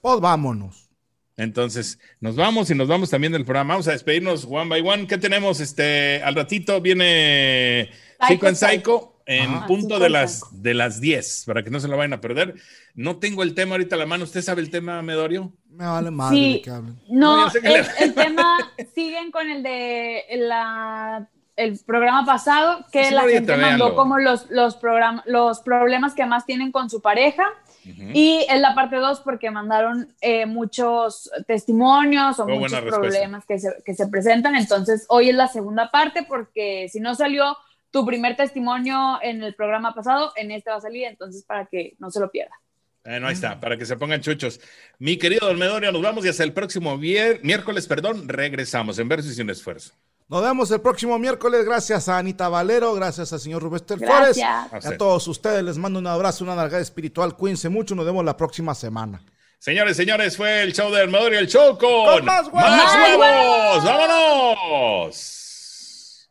S3: Pues vámonos.
S5: Entonces, nos vamos y nos vamos también del programa. Vamos a despedirnos one by one. ¿Qué tenemos? Este, al ratito viene Psycho en Psycho en
S3: Ajá.
S5: punto
S4: Psycho
S5: de
S4: en
S5: las, de las 10, para que no se lo vayan a perder. No tengo el tema ahorita a la mano. ¿Usted sabe el tema, Medorio?
S3: Me vale madre
S4: Sí.
S3: de que hablen.
S5: No,
S4: No,
S5: yo sé que
S4: el,
S5: le-
S4: el tema siguen con el de la el programa pasado que
S5: Sí,
S4: la
S5: ahorita,
S4: gente mandó
S5: véanlo.
S4: como los los programa- los problemas que más tienen con su pareja y en la parte 2 porque mandaron eh, muchos testimonios o
S5: Fue
S4: muchos
S5: buena respuesta.
S4: problemas que se, que se presentan, entonces hoy es la segunda parte porque si no salió tu primer testimonio en el programa pasado, en este va a salir, entonces para que no se lo pierda.
S5: Bueno, ahí está, para que se pongan chuchos. Mi querido Don Medorio, nos vamos y hasta el próximo vier- miércoles, perdón, regresamos en verso y sin esfuerzo.
S3: Nos vemos el próximo miércoles. Gracias a Anita Valero, gracias al señor Rubester Flores.
S4: Gracias.
S5: A
S3: A
S5: usted.
S3: todos ustedes les mando un abrazo, una nalgada espiritual. Cuídense mucho. Nos vemos la próxima semana.
S5: Señores, señores, fue el show de Armador y el show con,
S3: ¡Con más huevos!
S5: ¡Más
S4: ¡Más
S5: huevos! ¡Vámonos!